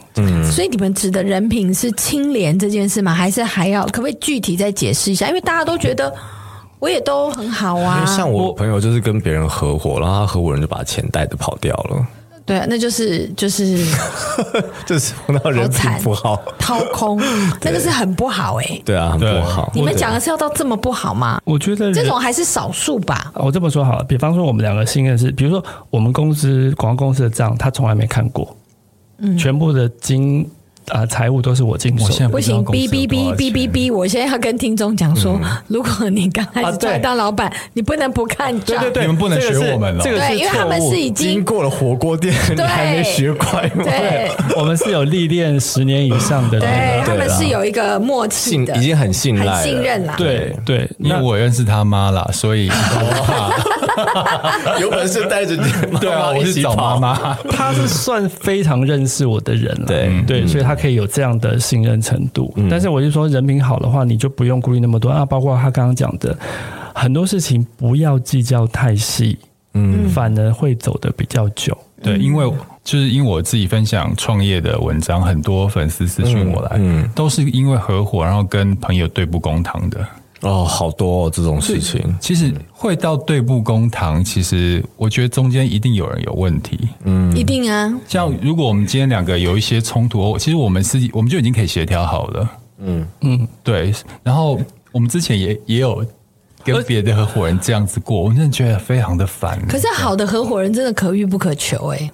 所以你们指的人品是清廉这件事吗？还是还要可不可以具体再解释一下？因为大家都觉得我也都很好
因
啊
为，像我朋友就是跟别人合伙，然后他合伙人就把钱带的跑掉了，
对啊，那就是就是
就是那人品不好，
掏空，那个是很不好哎、
对啊，很
对
不好。
你们讲的是要到这么不好吗？
我觉得人
这种还是少数吧。
我这么说好了，比方说我们两个信任是，比如说我们公司广告公司的账，他从来没看过，嗯，全部的经啊、财务都是我经
我现
手。
在
不
知道
行，
公司
哔
有
哔
多
哔
少
哔哔
钱
哔！我现在要跟听众讲说，如果你刚开
啊
始
对
出来当老板，你不能不看账。
对你们不能学我们了
这个
对
是
因为他们是已经
经过了火锅店，你还没学乖吗？
对
我们是有历练十年以上的
对，
那
他
个，
们是有一个默
信
契的，
已经很信赖了，
很信任啦。
对对，
因为
那
我认识他妈啦，所以
哦
有本事带着你，
对啊，我
一
是
起
找妈
跑。
妈。
他是算非常认识我的人了，
对
对，嗯所以他可以有这样的信任程度。但是我就说，人品好的话，你就不用顾虑那么多啊。包括他刚刚讲的很多事情，不要计较太细，嗯，反而会走得比较久。
对，因
嗯
为就是因为我自己分享创业的文章，很多粉丝私讯我来，
嗯
都是因为合伙，然后跟朋友对簿公堂的。
哦，好多哦这种事情，
其实会到对簿公堂，其实我觉得中间一定有人有问题。
一定啊，
像如果我们今天两个有一些冲突，其实我们是我们就已经可以协调好了。嗯嗯，对。然后我们之前也也有跟别的合伙人这样子过，我真的觉得非常的烦，
可是好的合伙人真的可遇不可求哎、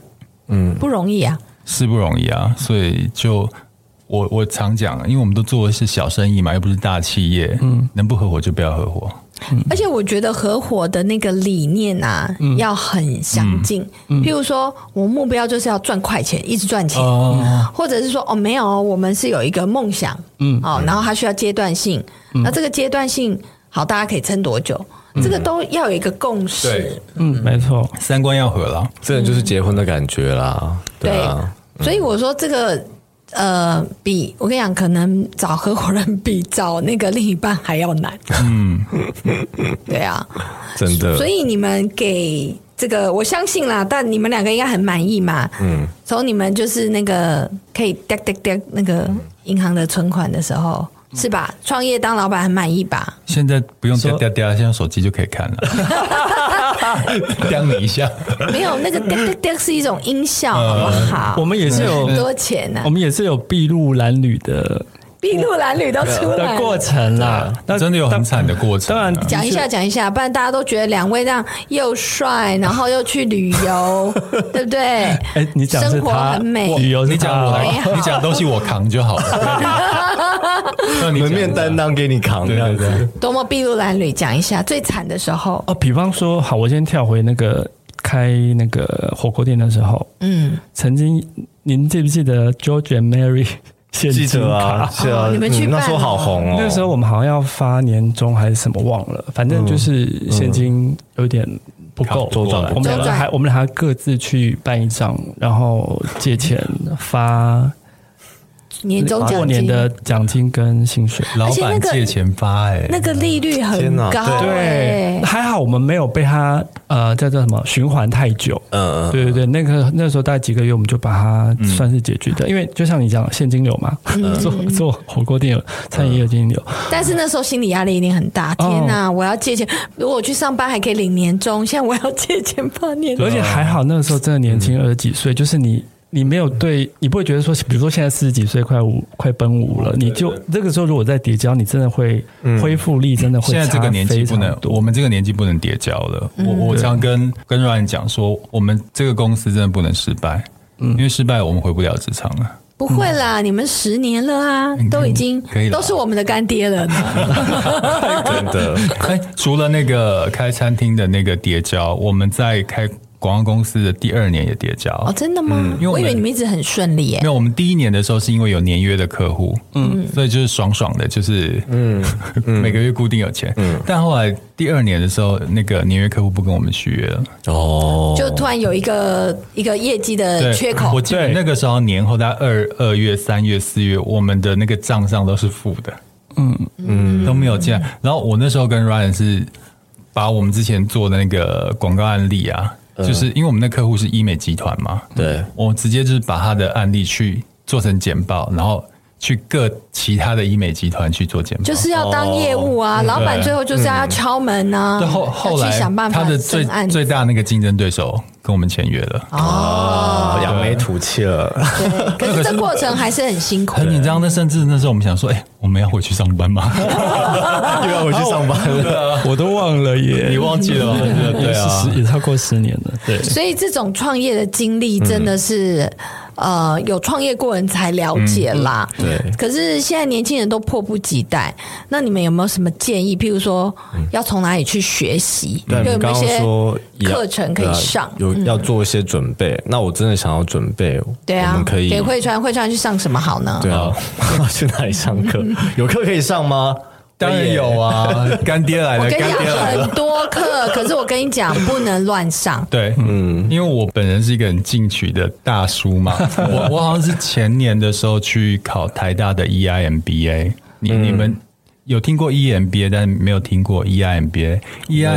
嗯，不容易啊。
是不容易啊。所以就我我常讲，因为我们都做的是小生意嘛，又不是大企业，嗯，能不合伙就不要合伙。
而且我觉得合伙的那个理念啊，要很相近。譬如说，我目标就是要赚快钱，一直赚钱，或者是说，哦，没有哦，我们是有一个梦想，嗯，哦，然后它需要阶段性，那这个阶段性，好，大家可以撑多久？这个都要有一个共识，
嗯，没错。
三观要合了，
真的就是结婚的感觉啦，对啊，
所以我说这个。呃，比我跟你讲，可能找合伙人比找那个另一半还要难。嗯， 对啊，
真
呃
的。
所以你们给这个，我相信啦，但你们两个应该很满意嘛。嗯，从你们就是那个可以滴滴滴那个银行的存款的时候，
嗯
是吧？创业当老板很满意 吧？
现在不用嗲嗲嗲，现在用手机就可以看了， 刁你一下。
没有，那个滴滴滴是一种音效，好不好？
呃我们也是有
很多钱啊呢
我，们也是有筚路蓝缕的
筚路蓝缕都出来
的呃过
了。
程啦。那
真的有很惨的过程、啊。
当然
讲一下，讲一下，不然大家都觉得两位这样又帅，然后又去旅 游，对不对？
哎，你讲是
生活
他
很美，
旅游是
你讲我
他
没有
来，你讲东西我扛就好了。那你讲
门面担，当给你扛，
对
这样
对
子
对，
多么筚路蓝缕，讲一下最惨的时候。
哦。比方说，好，我先跳回那个开那个火锅店的时候，
嗯，
曾经您记不记得 George and Mary 现
记
金
者啊，
卡？
是啊，
哦你们去
嗯
办
那时候好红哦，嗯
那时候我们好像要发年终还是什么忘了，反正就是现金有点不够，
周转嗯不
我
过
们
来
两个还我们俩还各自去办一张，然后借钱发
年终
过
奖
年
金
的奖金跟薪水。
老
而且那
板
个
借钱发哎、
那个利率很
天哪
高、
对
欸，，
还好我们没有被他呃叫做什么循环太久。
嗯嗯
对对对，那个那时候大概几个月，我们就把它算是解决的，因为就像你讲，现金流嘛， 做做火锅店有、餐饮业有现金流，
但是那时候心理压力一定很大。
哦
天哪，我要借钱，如果我去上班还可以领年终，现在我要借钱发年终
而，且还好那个时候真的年轻二十几岁，就是你。你没有对，你不会觉得说，比如说现在四十几岁，快五快奔五了，你就这个时候如果再叠交，你真的会恢复力真的会
现在这个
差
年纪
非
不
常
能，
多
我们这个年纪不能叠交了。我我常跟跟 Ryan 讲说，我们这个公司真的不能失败，因为失败我们回不了职场了。
不会啦，你们十年了啊，都已经
嗯可以了嗯
都是我们的干爹了呢。
真 的，
哎，除了那个开餐厅的那个叠交，我们在开广告公司的第二年也叠交。
哦，真的吗？
嗯因为我
我
们
以为你们一直很顺利欸耶
没。有，我们第一年的时候是因为有年约的客户，嗯，所以就是爽爽的，就是 嗯，每个月固定有钱。但后来第二年的时候，那个年约客户不跟我们续约了，
哦，
就突然有一个一个业绩的
对，
缺口
我，记得
对
那个时候年后在二二月、三月、四月，我们的那个账上都是负的，嗯嗯，都没有进来。然后我那时候跟 Ryan 是把我们之前做的那个广告案例啊，
嗯
就是因为我们那客户是医美集团嘛，
对，
我直接就是把他的案例去做成简报，然后去各其他的医美集团去做简报，
就是要当业务啊，老板最后就是要敲门啊，
哦嗯对后后
要
来
去想办法
他的最
升案
最大那个竞争对手跟我们签约了。
哦。
扬眉吐气了，
可 是这过程还是很辛苦
很，紧张，那甚至那时候我们想说，哎、我们要回去上班吗？
又要回去上班了。
我都忘了 耶，
你忘记了吗？对
也是
啊
十，也超过十年了，对，
所以这种创业的经历真的是。呃，有创业过人才了解啦。
嗯对
可是现在年轻人都迫不及待，那你们有没有什么建议？譬如说，要从哪里去学习？
嗯
又
对，
有
你
没
刚
有
刚
一些
说要
课程可以
对啊
上？嗯
有要做一些准备。那我真的想要准备，
对
我
啊
们，可以
给哦慧川，慧川去上什么好呢？
对啊， 去哪里上 课？有课可以上吗？
当然有啊，干爹来
我
了，
跟你
干
讲
爹来了。
很多 课，可是我跟你讲不能乱上。
对，嗯，因为我本人是一个很进取的大叔 嘛，我我好像是前年的时候去考台大的 E EIMBA，你、你们有听过 E EMBA，但没有听过 E EIMBA。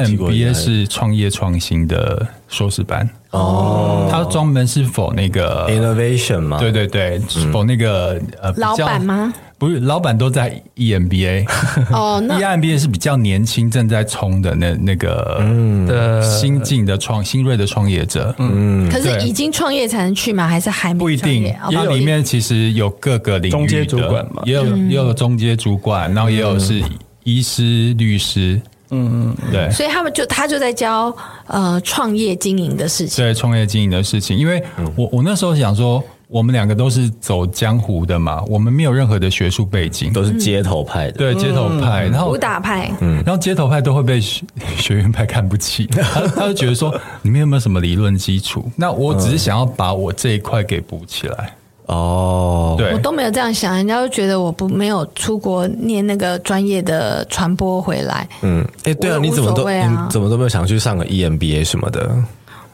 听过
EIMBA
EIMBA
是创业创新的硕士班哦，它专门是否那个
Innovation 嘛，
对对对，否那个呃，比较
老板吗？
不是，老板都在 E EMBA，
哦， 那
EMBA 是比较年轻正在冲的那那个
嗯的
新进的创新锐的创业者，嗯，
可是
对
已经创业才能去吗？还是还没
不一
创业
定，
哦
它
不一定
里面其实有各个领域的
中阶主管嘛
也有
嗯
也有中阶主管，然后也有是医师、律师，嗯嗯，对。
所以他们就他就在教呃创业经营的事情。
对创业经营的事情，因为我我那时候想说，我们两个都是走江湖的嘛，我们没有任何的学术背景，
都是街头派的。
对街头派，然后
武打派，
嗯
然后街头派都会被学学院派看不 起，他他就觉得说你们有没有什么理论基础？那我只是想要把我这一块给补起来。
哦，
对
我，都没有这样想，人家就觉得我不没有出国念那个专业的传播回来，
嗯，哎，对啊，
我
你怎么
无所
都
谓啊
你怎么都没有想去上个 E EMBA 什么的？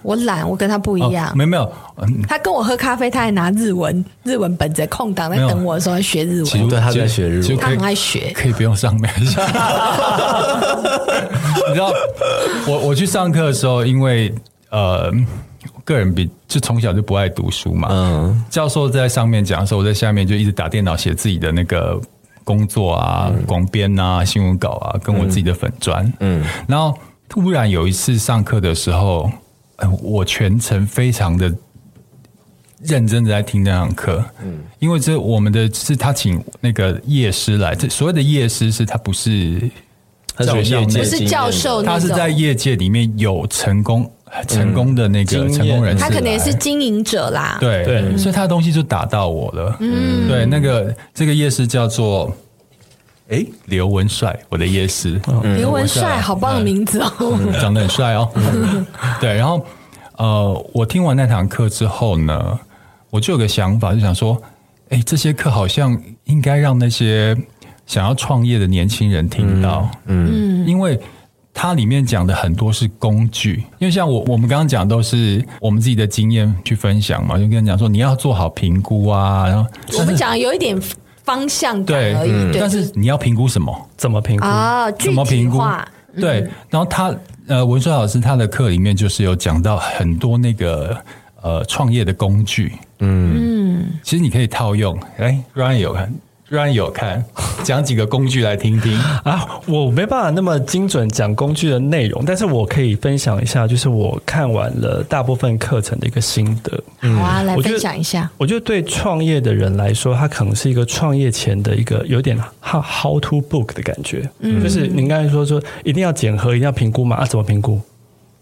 我懒，我跟他不一样。
哦没有没有，嗯
他跟我喝咖啡，他还拿日文日文本子空档在
没有
等我的时候还学日
其
文，
实
哦对他在
就
学日文
就
他
可以
很爱学。
可以不用上面。 你知道，我我去上课的时候，因为呃，个人比就从小就不爱读书嘛，
嗯，
教授在上面讲的时候，我在下面就一直打电脑写自己的那个工作啊、广编啊、新闻稿啊，跟我自己的粉砖。嗯，然后突然有一次上课的时候，呃我全程非常的认真的在听那堂课。嗯，因为这我们的是他请那个夜师来，这所谓的夜师是他不是
他是有
教
业
内
界
不
经
是
验
教
的
授哦那
他
种，
是在业界里面有成功成功的那
经
个
验
成功人士来，
他可能也是经营者啦。
对
对
所以他的东西就打到我了。嗯，对，那个这个夜市叫做。哎，刘文帅，我的夜市，
刘文帅，好棒的名字哦！
嗯长得很帅哦。 对，然后呃，我听完那堂课之后呢，我就有个想法，就想说，哎，这些课好像应该让那些想要创业的年轻人听到，嗯，因为。它里面讲的很多是工具，因为像我我们刚刚讲都是我们自己的经验去分享嘛，就跟你讲说你要做好评估啊，然后
我们讲有一点方向感
对嗯
而已，，对
但是你要评估什么？
怎么评估？
啊，
怎
具
么
体
评估
化？嗯
对，然后他呃，文帅老师他的课里面就是有讲到很多那个呃创业的工具，嗯其实你可以套用。哎，Ryan 有看，Ryan 有看， 讲几个工具来听听。
啊，我没办法那么精准讲工具的内容，但是我可以分享一下，就是我看完了大部分课程的一个心得。
嗯
好啊，来
我觉
分
得
享一下。
我觉得对创业的人来说，他可能是一个创业前的一个有点 how how to book 的感觉，就是您刚才说
嗯
说一定要检核，一定要评估嘛，啊，怎么评估？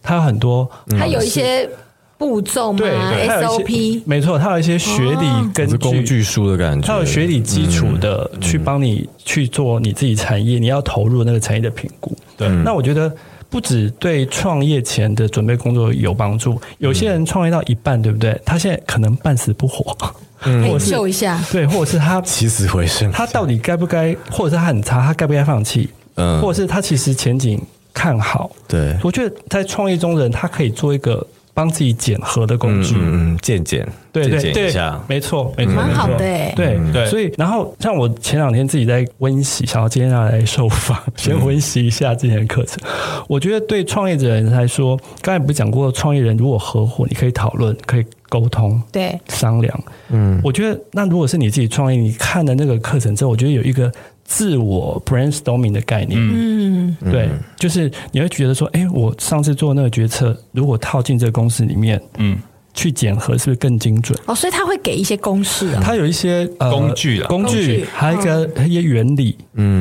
它有很多，
他有一些步骤吗
对对，它有一些
？SOP
没错，它有一些学理跟
是工具书的感觉，
它有学理基础的
嗯
去帮你去做你自己产业，你要投入那个产业的评估。
对
那我觉得不止对创业前的准备工作有帮助，有些人创业到一半，对不对？他现在可能半死不活，
可
或
以
是
秀一下，
对，或者是他
起死回生。
他到底该不该，或者是他很差，他该不该放弃？
嗯
或者是他其实前景看好。
对，
我觉得在创业中的人，他可以做一个帮自己检核的工
嗯
具。
嗯嗯，见解，
对对
见解一
对
下，，
没错没错，
蛮
没错
好的欸
对
对
嗯所以然后像我前两天自己在温习，想要今天要来受访，先温习一下之前的课程。 我觉得对创业者人来说，刚才不是讲过，创业人如果合伙，你可以讨论，可以沟通，
对，
商量。嗯，我觉得那如果是你自己创业，你看了那个课程之后，我觉得有一个自我 brainstorming 的概念。
嗯，
对，就是你会觉得说，哎、我上次做那个决策，如果套进这个公司里面
嗯，
去检核，是不是更精准？
哦，所以他会给一些公式啊，
它有一些、呃
嗯工具啦
工
工
具
具，嗯
还有一个、还有一些原理。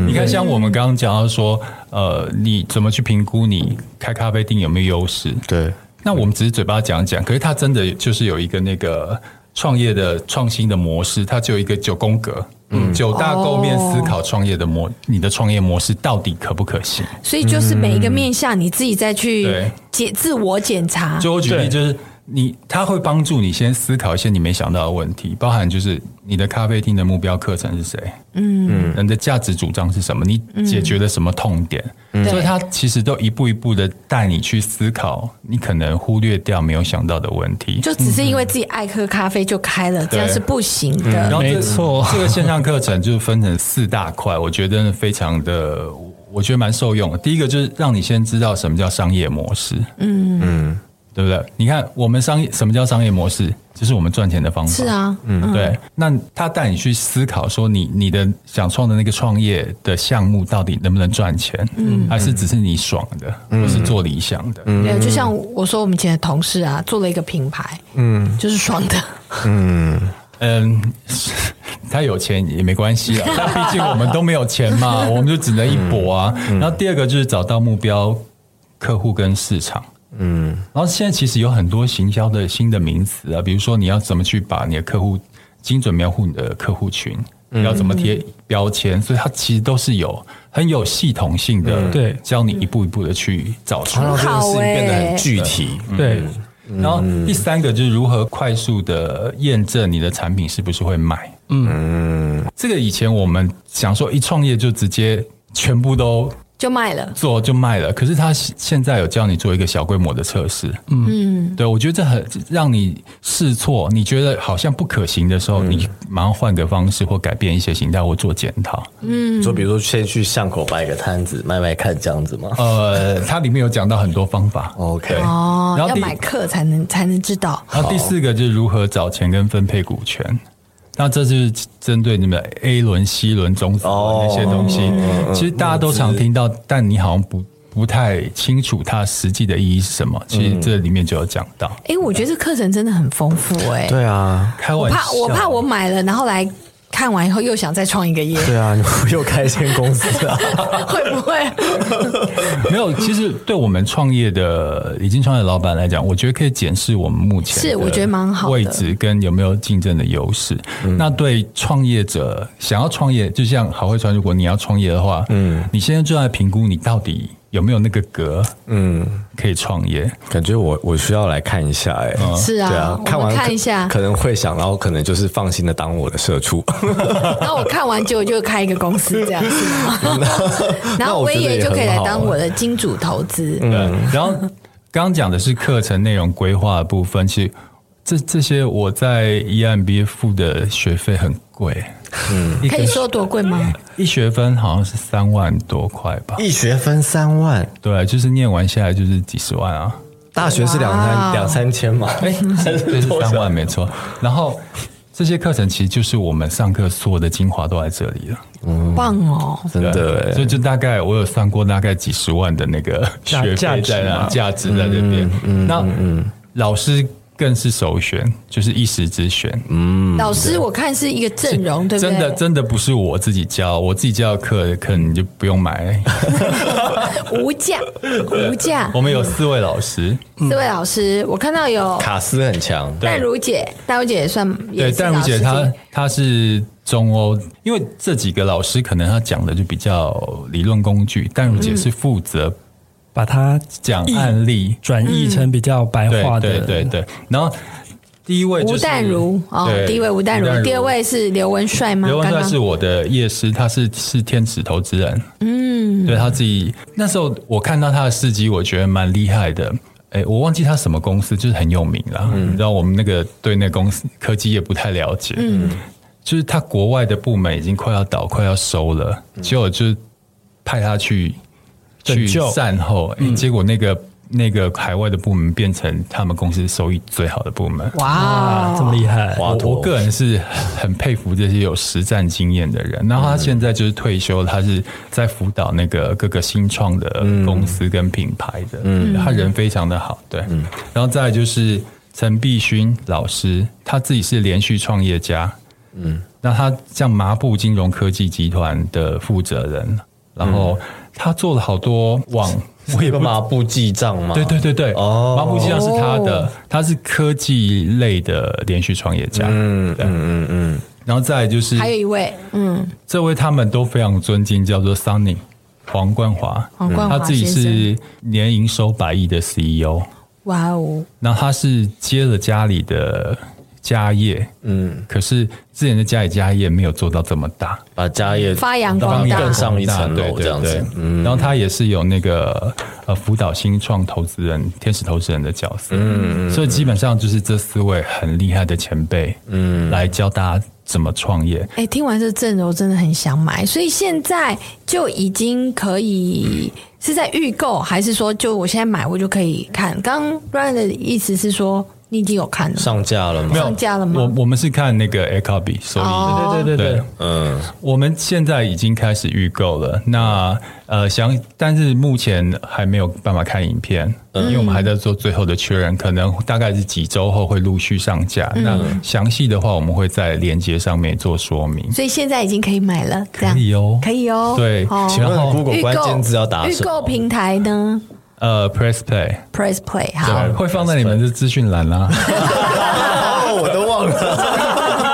你看，像我们刚刚讲到说，呃，你怎么去评估你开咖啡店有没有优势？
对，
那我们只是嘴巴讲讲，可是它真的就是有一个那个创业的创新的模式，它只有一个九宫格，嗯，九大构面思考创业的模，你的创业模式到底可不可行？
所以就是每一个面向你自己再去
对
检自我检查，
就我举例，
对
就是你，它会帮助你先思考一些你没想到的问题，包含就是你的咖啡厅的目标课程是谁，嗯，人的价值主张是什么，你解决了什么痛点，所以它其实都一步一步的带你去思考你可能忽略掉、没有想到的问题。
就只是因为自己爱喝咖啡就开了，这样是不行
然
的。
后这
呃没错
这个线上课程就分成四大块，我觉得非常的，我觉得蛮受用的。第一个就是让你先知道什么叫商业模式，嗯嗯，对不对？你看我们商业什么叫商业模式，就是我们赚钱的方法，
是啊，
嗯，对。那他带你去思考，说你你的想创的那个创业的项目到底能不能赚钱，嗯，还是只是你爽的，或是做理想的，嗯，
对，就像我说，我们以前的同事啊，做了一个品牌，嗯，就是爽的，
嗯 他有钱也没关系啊，但毕竟我们都没有钱嘛，我们就只能一搏啊。然后第二个就是找到目标客户跟市场。嗯，然后现在其实有很多行销的新的名词啊，比如说你要怎么去把你的客户精准描绘你的客户群，要怎么贴标签，所以它其实都是有很有系统性的，
对
教你一步一步的去找出
它让这件事情
好欸
变得很具体，
嗯
对，
然后第三个就是如何快速的验证你的产品是不是会卖。嗯，这个以前我们想说一创业就直接全部都
就卖了。
做就卖了，可是他现在有叫你做一个小规模的测试。嗯，对，我觉得这很让你试错，你觉得好像不可行的时候，你马上换个方式或改变一些形态或做检讨。
嗯
就比如说先去巷口摆个摊子卖卖看这样子
啊
吗？
呃，它里面有讲到很多方法。
OK
对
哦，
然后
要
第
买课才能才能知道。
然后第四个就是如何找钱跟分配股权。那这是针对你们 A 轮、C 轮、种子轮那些东西，其实大家都常听到，但你好像不不太清楚它实际的意义是什么。其实这里面就有讲到，
哎，我觉得这课程真的很丰富哎。
对啊，
开
我
玩
怕
笑，
我怕我买了，然后来看完以后又想再创一个业，
对啊，你又开一间公司啊，
会不会？
没有。其实对我们创业的已经创业的老板来讲，我觉得可以检视我们目前
是
的
我觉得蛮好的
位置跟有没有竞争的优势。那对创业者想要创业，就像好会川，如果你要创业的话，嗯，你现在就在评估你到底有没有那个格，嗯，可以创业。
感觉我我需要来看一下哎、
是啊，
对啊，
我
完
们 看
可
一下，
可能会想，然后可能就是放心的当我的社畜。
然后我看完结果就开一个公司这样是吗？ 然后
我
威
觉得
爷
也
就可以
很
来
好
当
啊
我的金主投资。
对，然后刚刚讲的是课程内容规划的部分，其实这这些我在 EMBA 付的学费很贵，嗯，一
可
个
以说多贵吗？
一学分好像是三万多块吧，
一学分三万，
对，就是念完下来就是几十万啊，
大学是两
哇
三两三千 嘛？
哎，对，是三万没错。然后这些课程其实就是我们上课所有的精华都在这里了，
棒哦！
真的哎、
所以就大概我有算过大概几十万的那个
价
学费
价值
在那，
嘛
价值在这边。那老师更是首选，就是一时之选。
老师，我看是一个阵容，对不对？
真的真的不是我自己教，我自己教的课可能就不用买。
无价无价。
我们有四位老师，
四位老师，我看到有
卡斯很强，
淡如姐，淡如姐也算也
对，
是
淡如
老
姐
师
她
级
她是中欧，因为这几个老师可能她讲的就比较理论工具，淡如姐是负责
把它
讲案例，
转译成比较白
对
话
对
的，
对对。然后第一位就
吴
是
淡如哦，
对
第一位吴淡如，第二位是刘文帅吗？
刘文
刚
帅
刚
是我的业师，他是是天使投资人。嗯，对他自己那时候我看到他的事迹，我觉得蛮厉害的。哎，我忘记他什么公司，就是很有名啦。
嗯
你知道我们那个对那个公司科技也不太了解。嗯，就是他国外的部门已经快要倒，快要收了，结果就派他去去
嗯拯救嗯
善后，哎，结果那个。那个海外的部门变成他们公司收益最好的部门，
哇
啊，这么厉害，
华
我
佗
我个人是很佩服这些有实战经验的人。然后他现在就是退休，他是在辅导那个各个新创的公司跟品牌的，嗯，他人非常的好，对。然后再来就是陈碧勋老师，他自己是连续创业家，嗯，那他像麻布金融科技集团的负责人，然后他做了好多网。
我有个麻布记账吗？
对对对对，
哦
麻布金像是他的，他是科技类的连续创业家，嗯嗯嗯嗯，然后再来就是
还有一位，嗯，
这位他们都非常尊敬，叫做 Sunny 黄冠华，
黄冠华
他自己
先
是年营收百亿的 CEO，
哇哦，
那他是接了家里的家业，嗯，可是之前的家里家业没有做到这么大，
把家业
发扬光
放
大
更上一层
对
楼
对
这样
对
子。嗯
然后他也是有那个呃辅导新创投资人、天使投资人的角色，嗯，所以基本上就是这四位很厉害的前辈，嗯，来教大家怎么创业。
哎，听完这阵容真的很想买，所以现在就已经可以是在预购，还是说就我现在买我就可以看？刚刚 Ryan 的意思是说你已经有看了吗，
上架了
没
吗？
有
上架了吗
我我们是看那个 Aircopy，所以、
哦
对对对对
对，
嗯，
我们现在已经开始预购了。那呃，想，但是目前还没有办法看影片，
嗯
因为我们还在做最后的确认，可能大概是几周后会陆续上架。
嗯
那详细的话，我们会在链接上面做说明。
所以现在已经可以买了，这样
可以哦
可以哦，
对
哦
请问然后
Google
预
关键字要
购
打
预
什
购
么？
平台呢
呃，Press Play
？Press Play 好，
对，啊会放在你们的资讯栏 啦，
哦，我都忘了，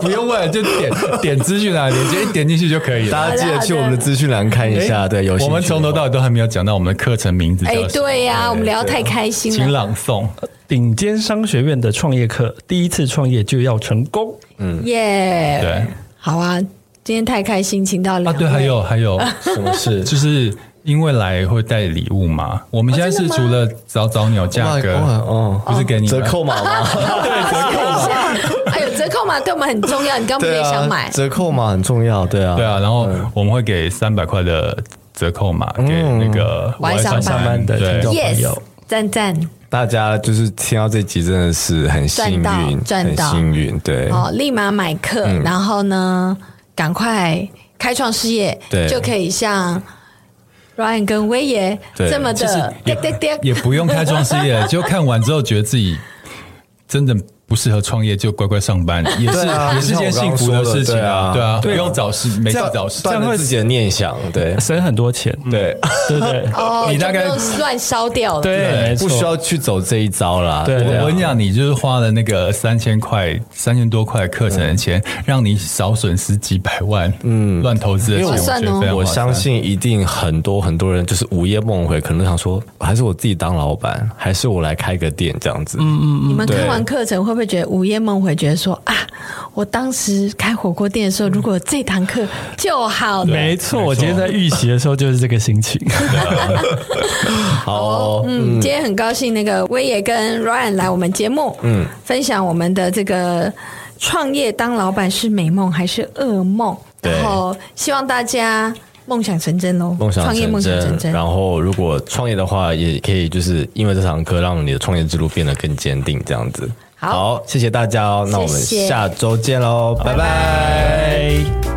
不用问，就点点资讯栏链接，一点进去就可以了。
大家记得去我们的资讯栏看一下。啊对，有兴趣
哎我们从头到尾都还没有讲到我们的课程名字叫
哎
什么，，
对呀、我们聊得太开心
请
了。
朗诵。
顶尖商学院的创业课，第一次创业就要成功。
嗯
耶、
对
好啊，今天太开心，请到
啊，
两
对，
位
还有 还有。
什么事？
就是因为来会带礼物嘛。我们现在是
哦
除了早早鸟价格，
哇哦，
不是给你
折扣码 吗？
哎呦，折扣码对我们很重要，你刚不是
对
也想
啊，
买？
折扣码很重要。对啊，
对啊，然后我们会给三百块的折扣码
嗯
给那个
晚上
上
上
班的听众
对。
朋
yes，
友
赞赞
大家就是听到这集真的是很幸运，
赚到赚
很
到
幸运。对，
哦，立马买课，
嗯
然后呢，赶快开创事业，
对
就可以像 Ryan 跟威爷
对
这么的
也
叮叮叮
也不用开创事 业，就看完之后觉得自己真的不适合创业，就乖乖上班，也是、
对啊
也是件幸福的事情
就像我刚刚说的
对啊，不
对啊
用找事，没事找事。
断了自己的念想。对
省很多钱，
嗯
对
对不对？
哦，
你大概
就不用乱烧掉了。
对，没
不
错，
需要去走这一招啦。
对
我
啊
我跟你讲，你就是花了那个三千块、三千多块课程的钱，让你少损失几百万，嗯，乱投资的钱，
为我
觉得非常划
我
算
相信一定很多很多人就是午夜梦回，可能想说，还是我自己当老板，还是我来开个店这样子。嗯嗯，
你们看
对
完课程会不会觉得午夜梦回，觉得说啊，我当时开火锅店的时候，如果有这堂课就好了。
没错。我今天在预习的时候就是这个心情。
好哦、
嗯，今天很高兴那个威爷跟 Ryan 来我们节目，嗯，分享我们的这个创业当老板是美梦还是噩梦，
对
然后希望大家梦想成真喽，
梦想
创业
成
梦想成
真。
真。
然后，如果创业的话，也可以就是因为这堂课，让你的创业之路变得更坚定，这样子。
好
谢谢大家哦。那我们
谢谢
下周见喽，拜拜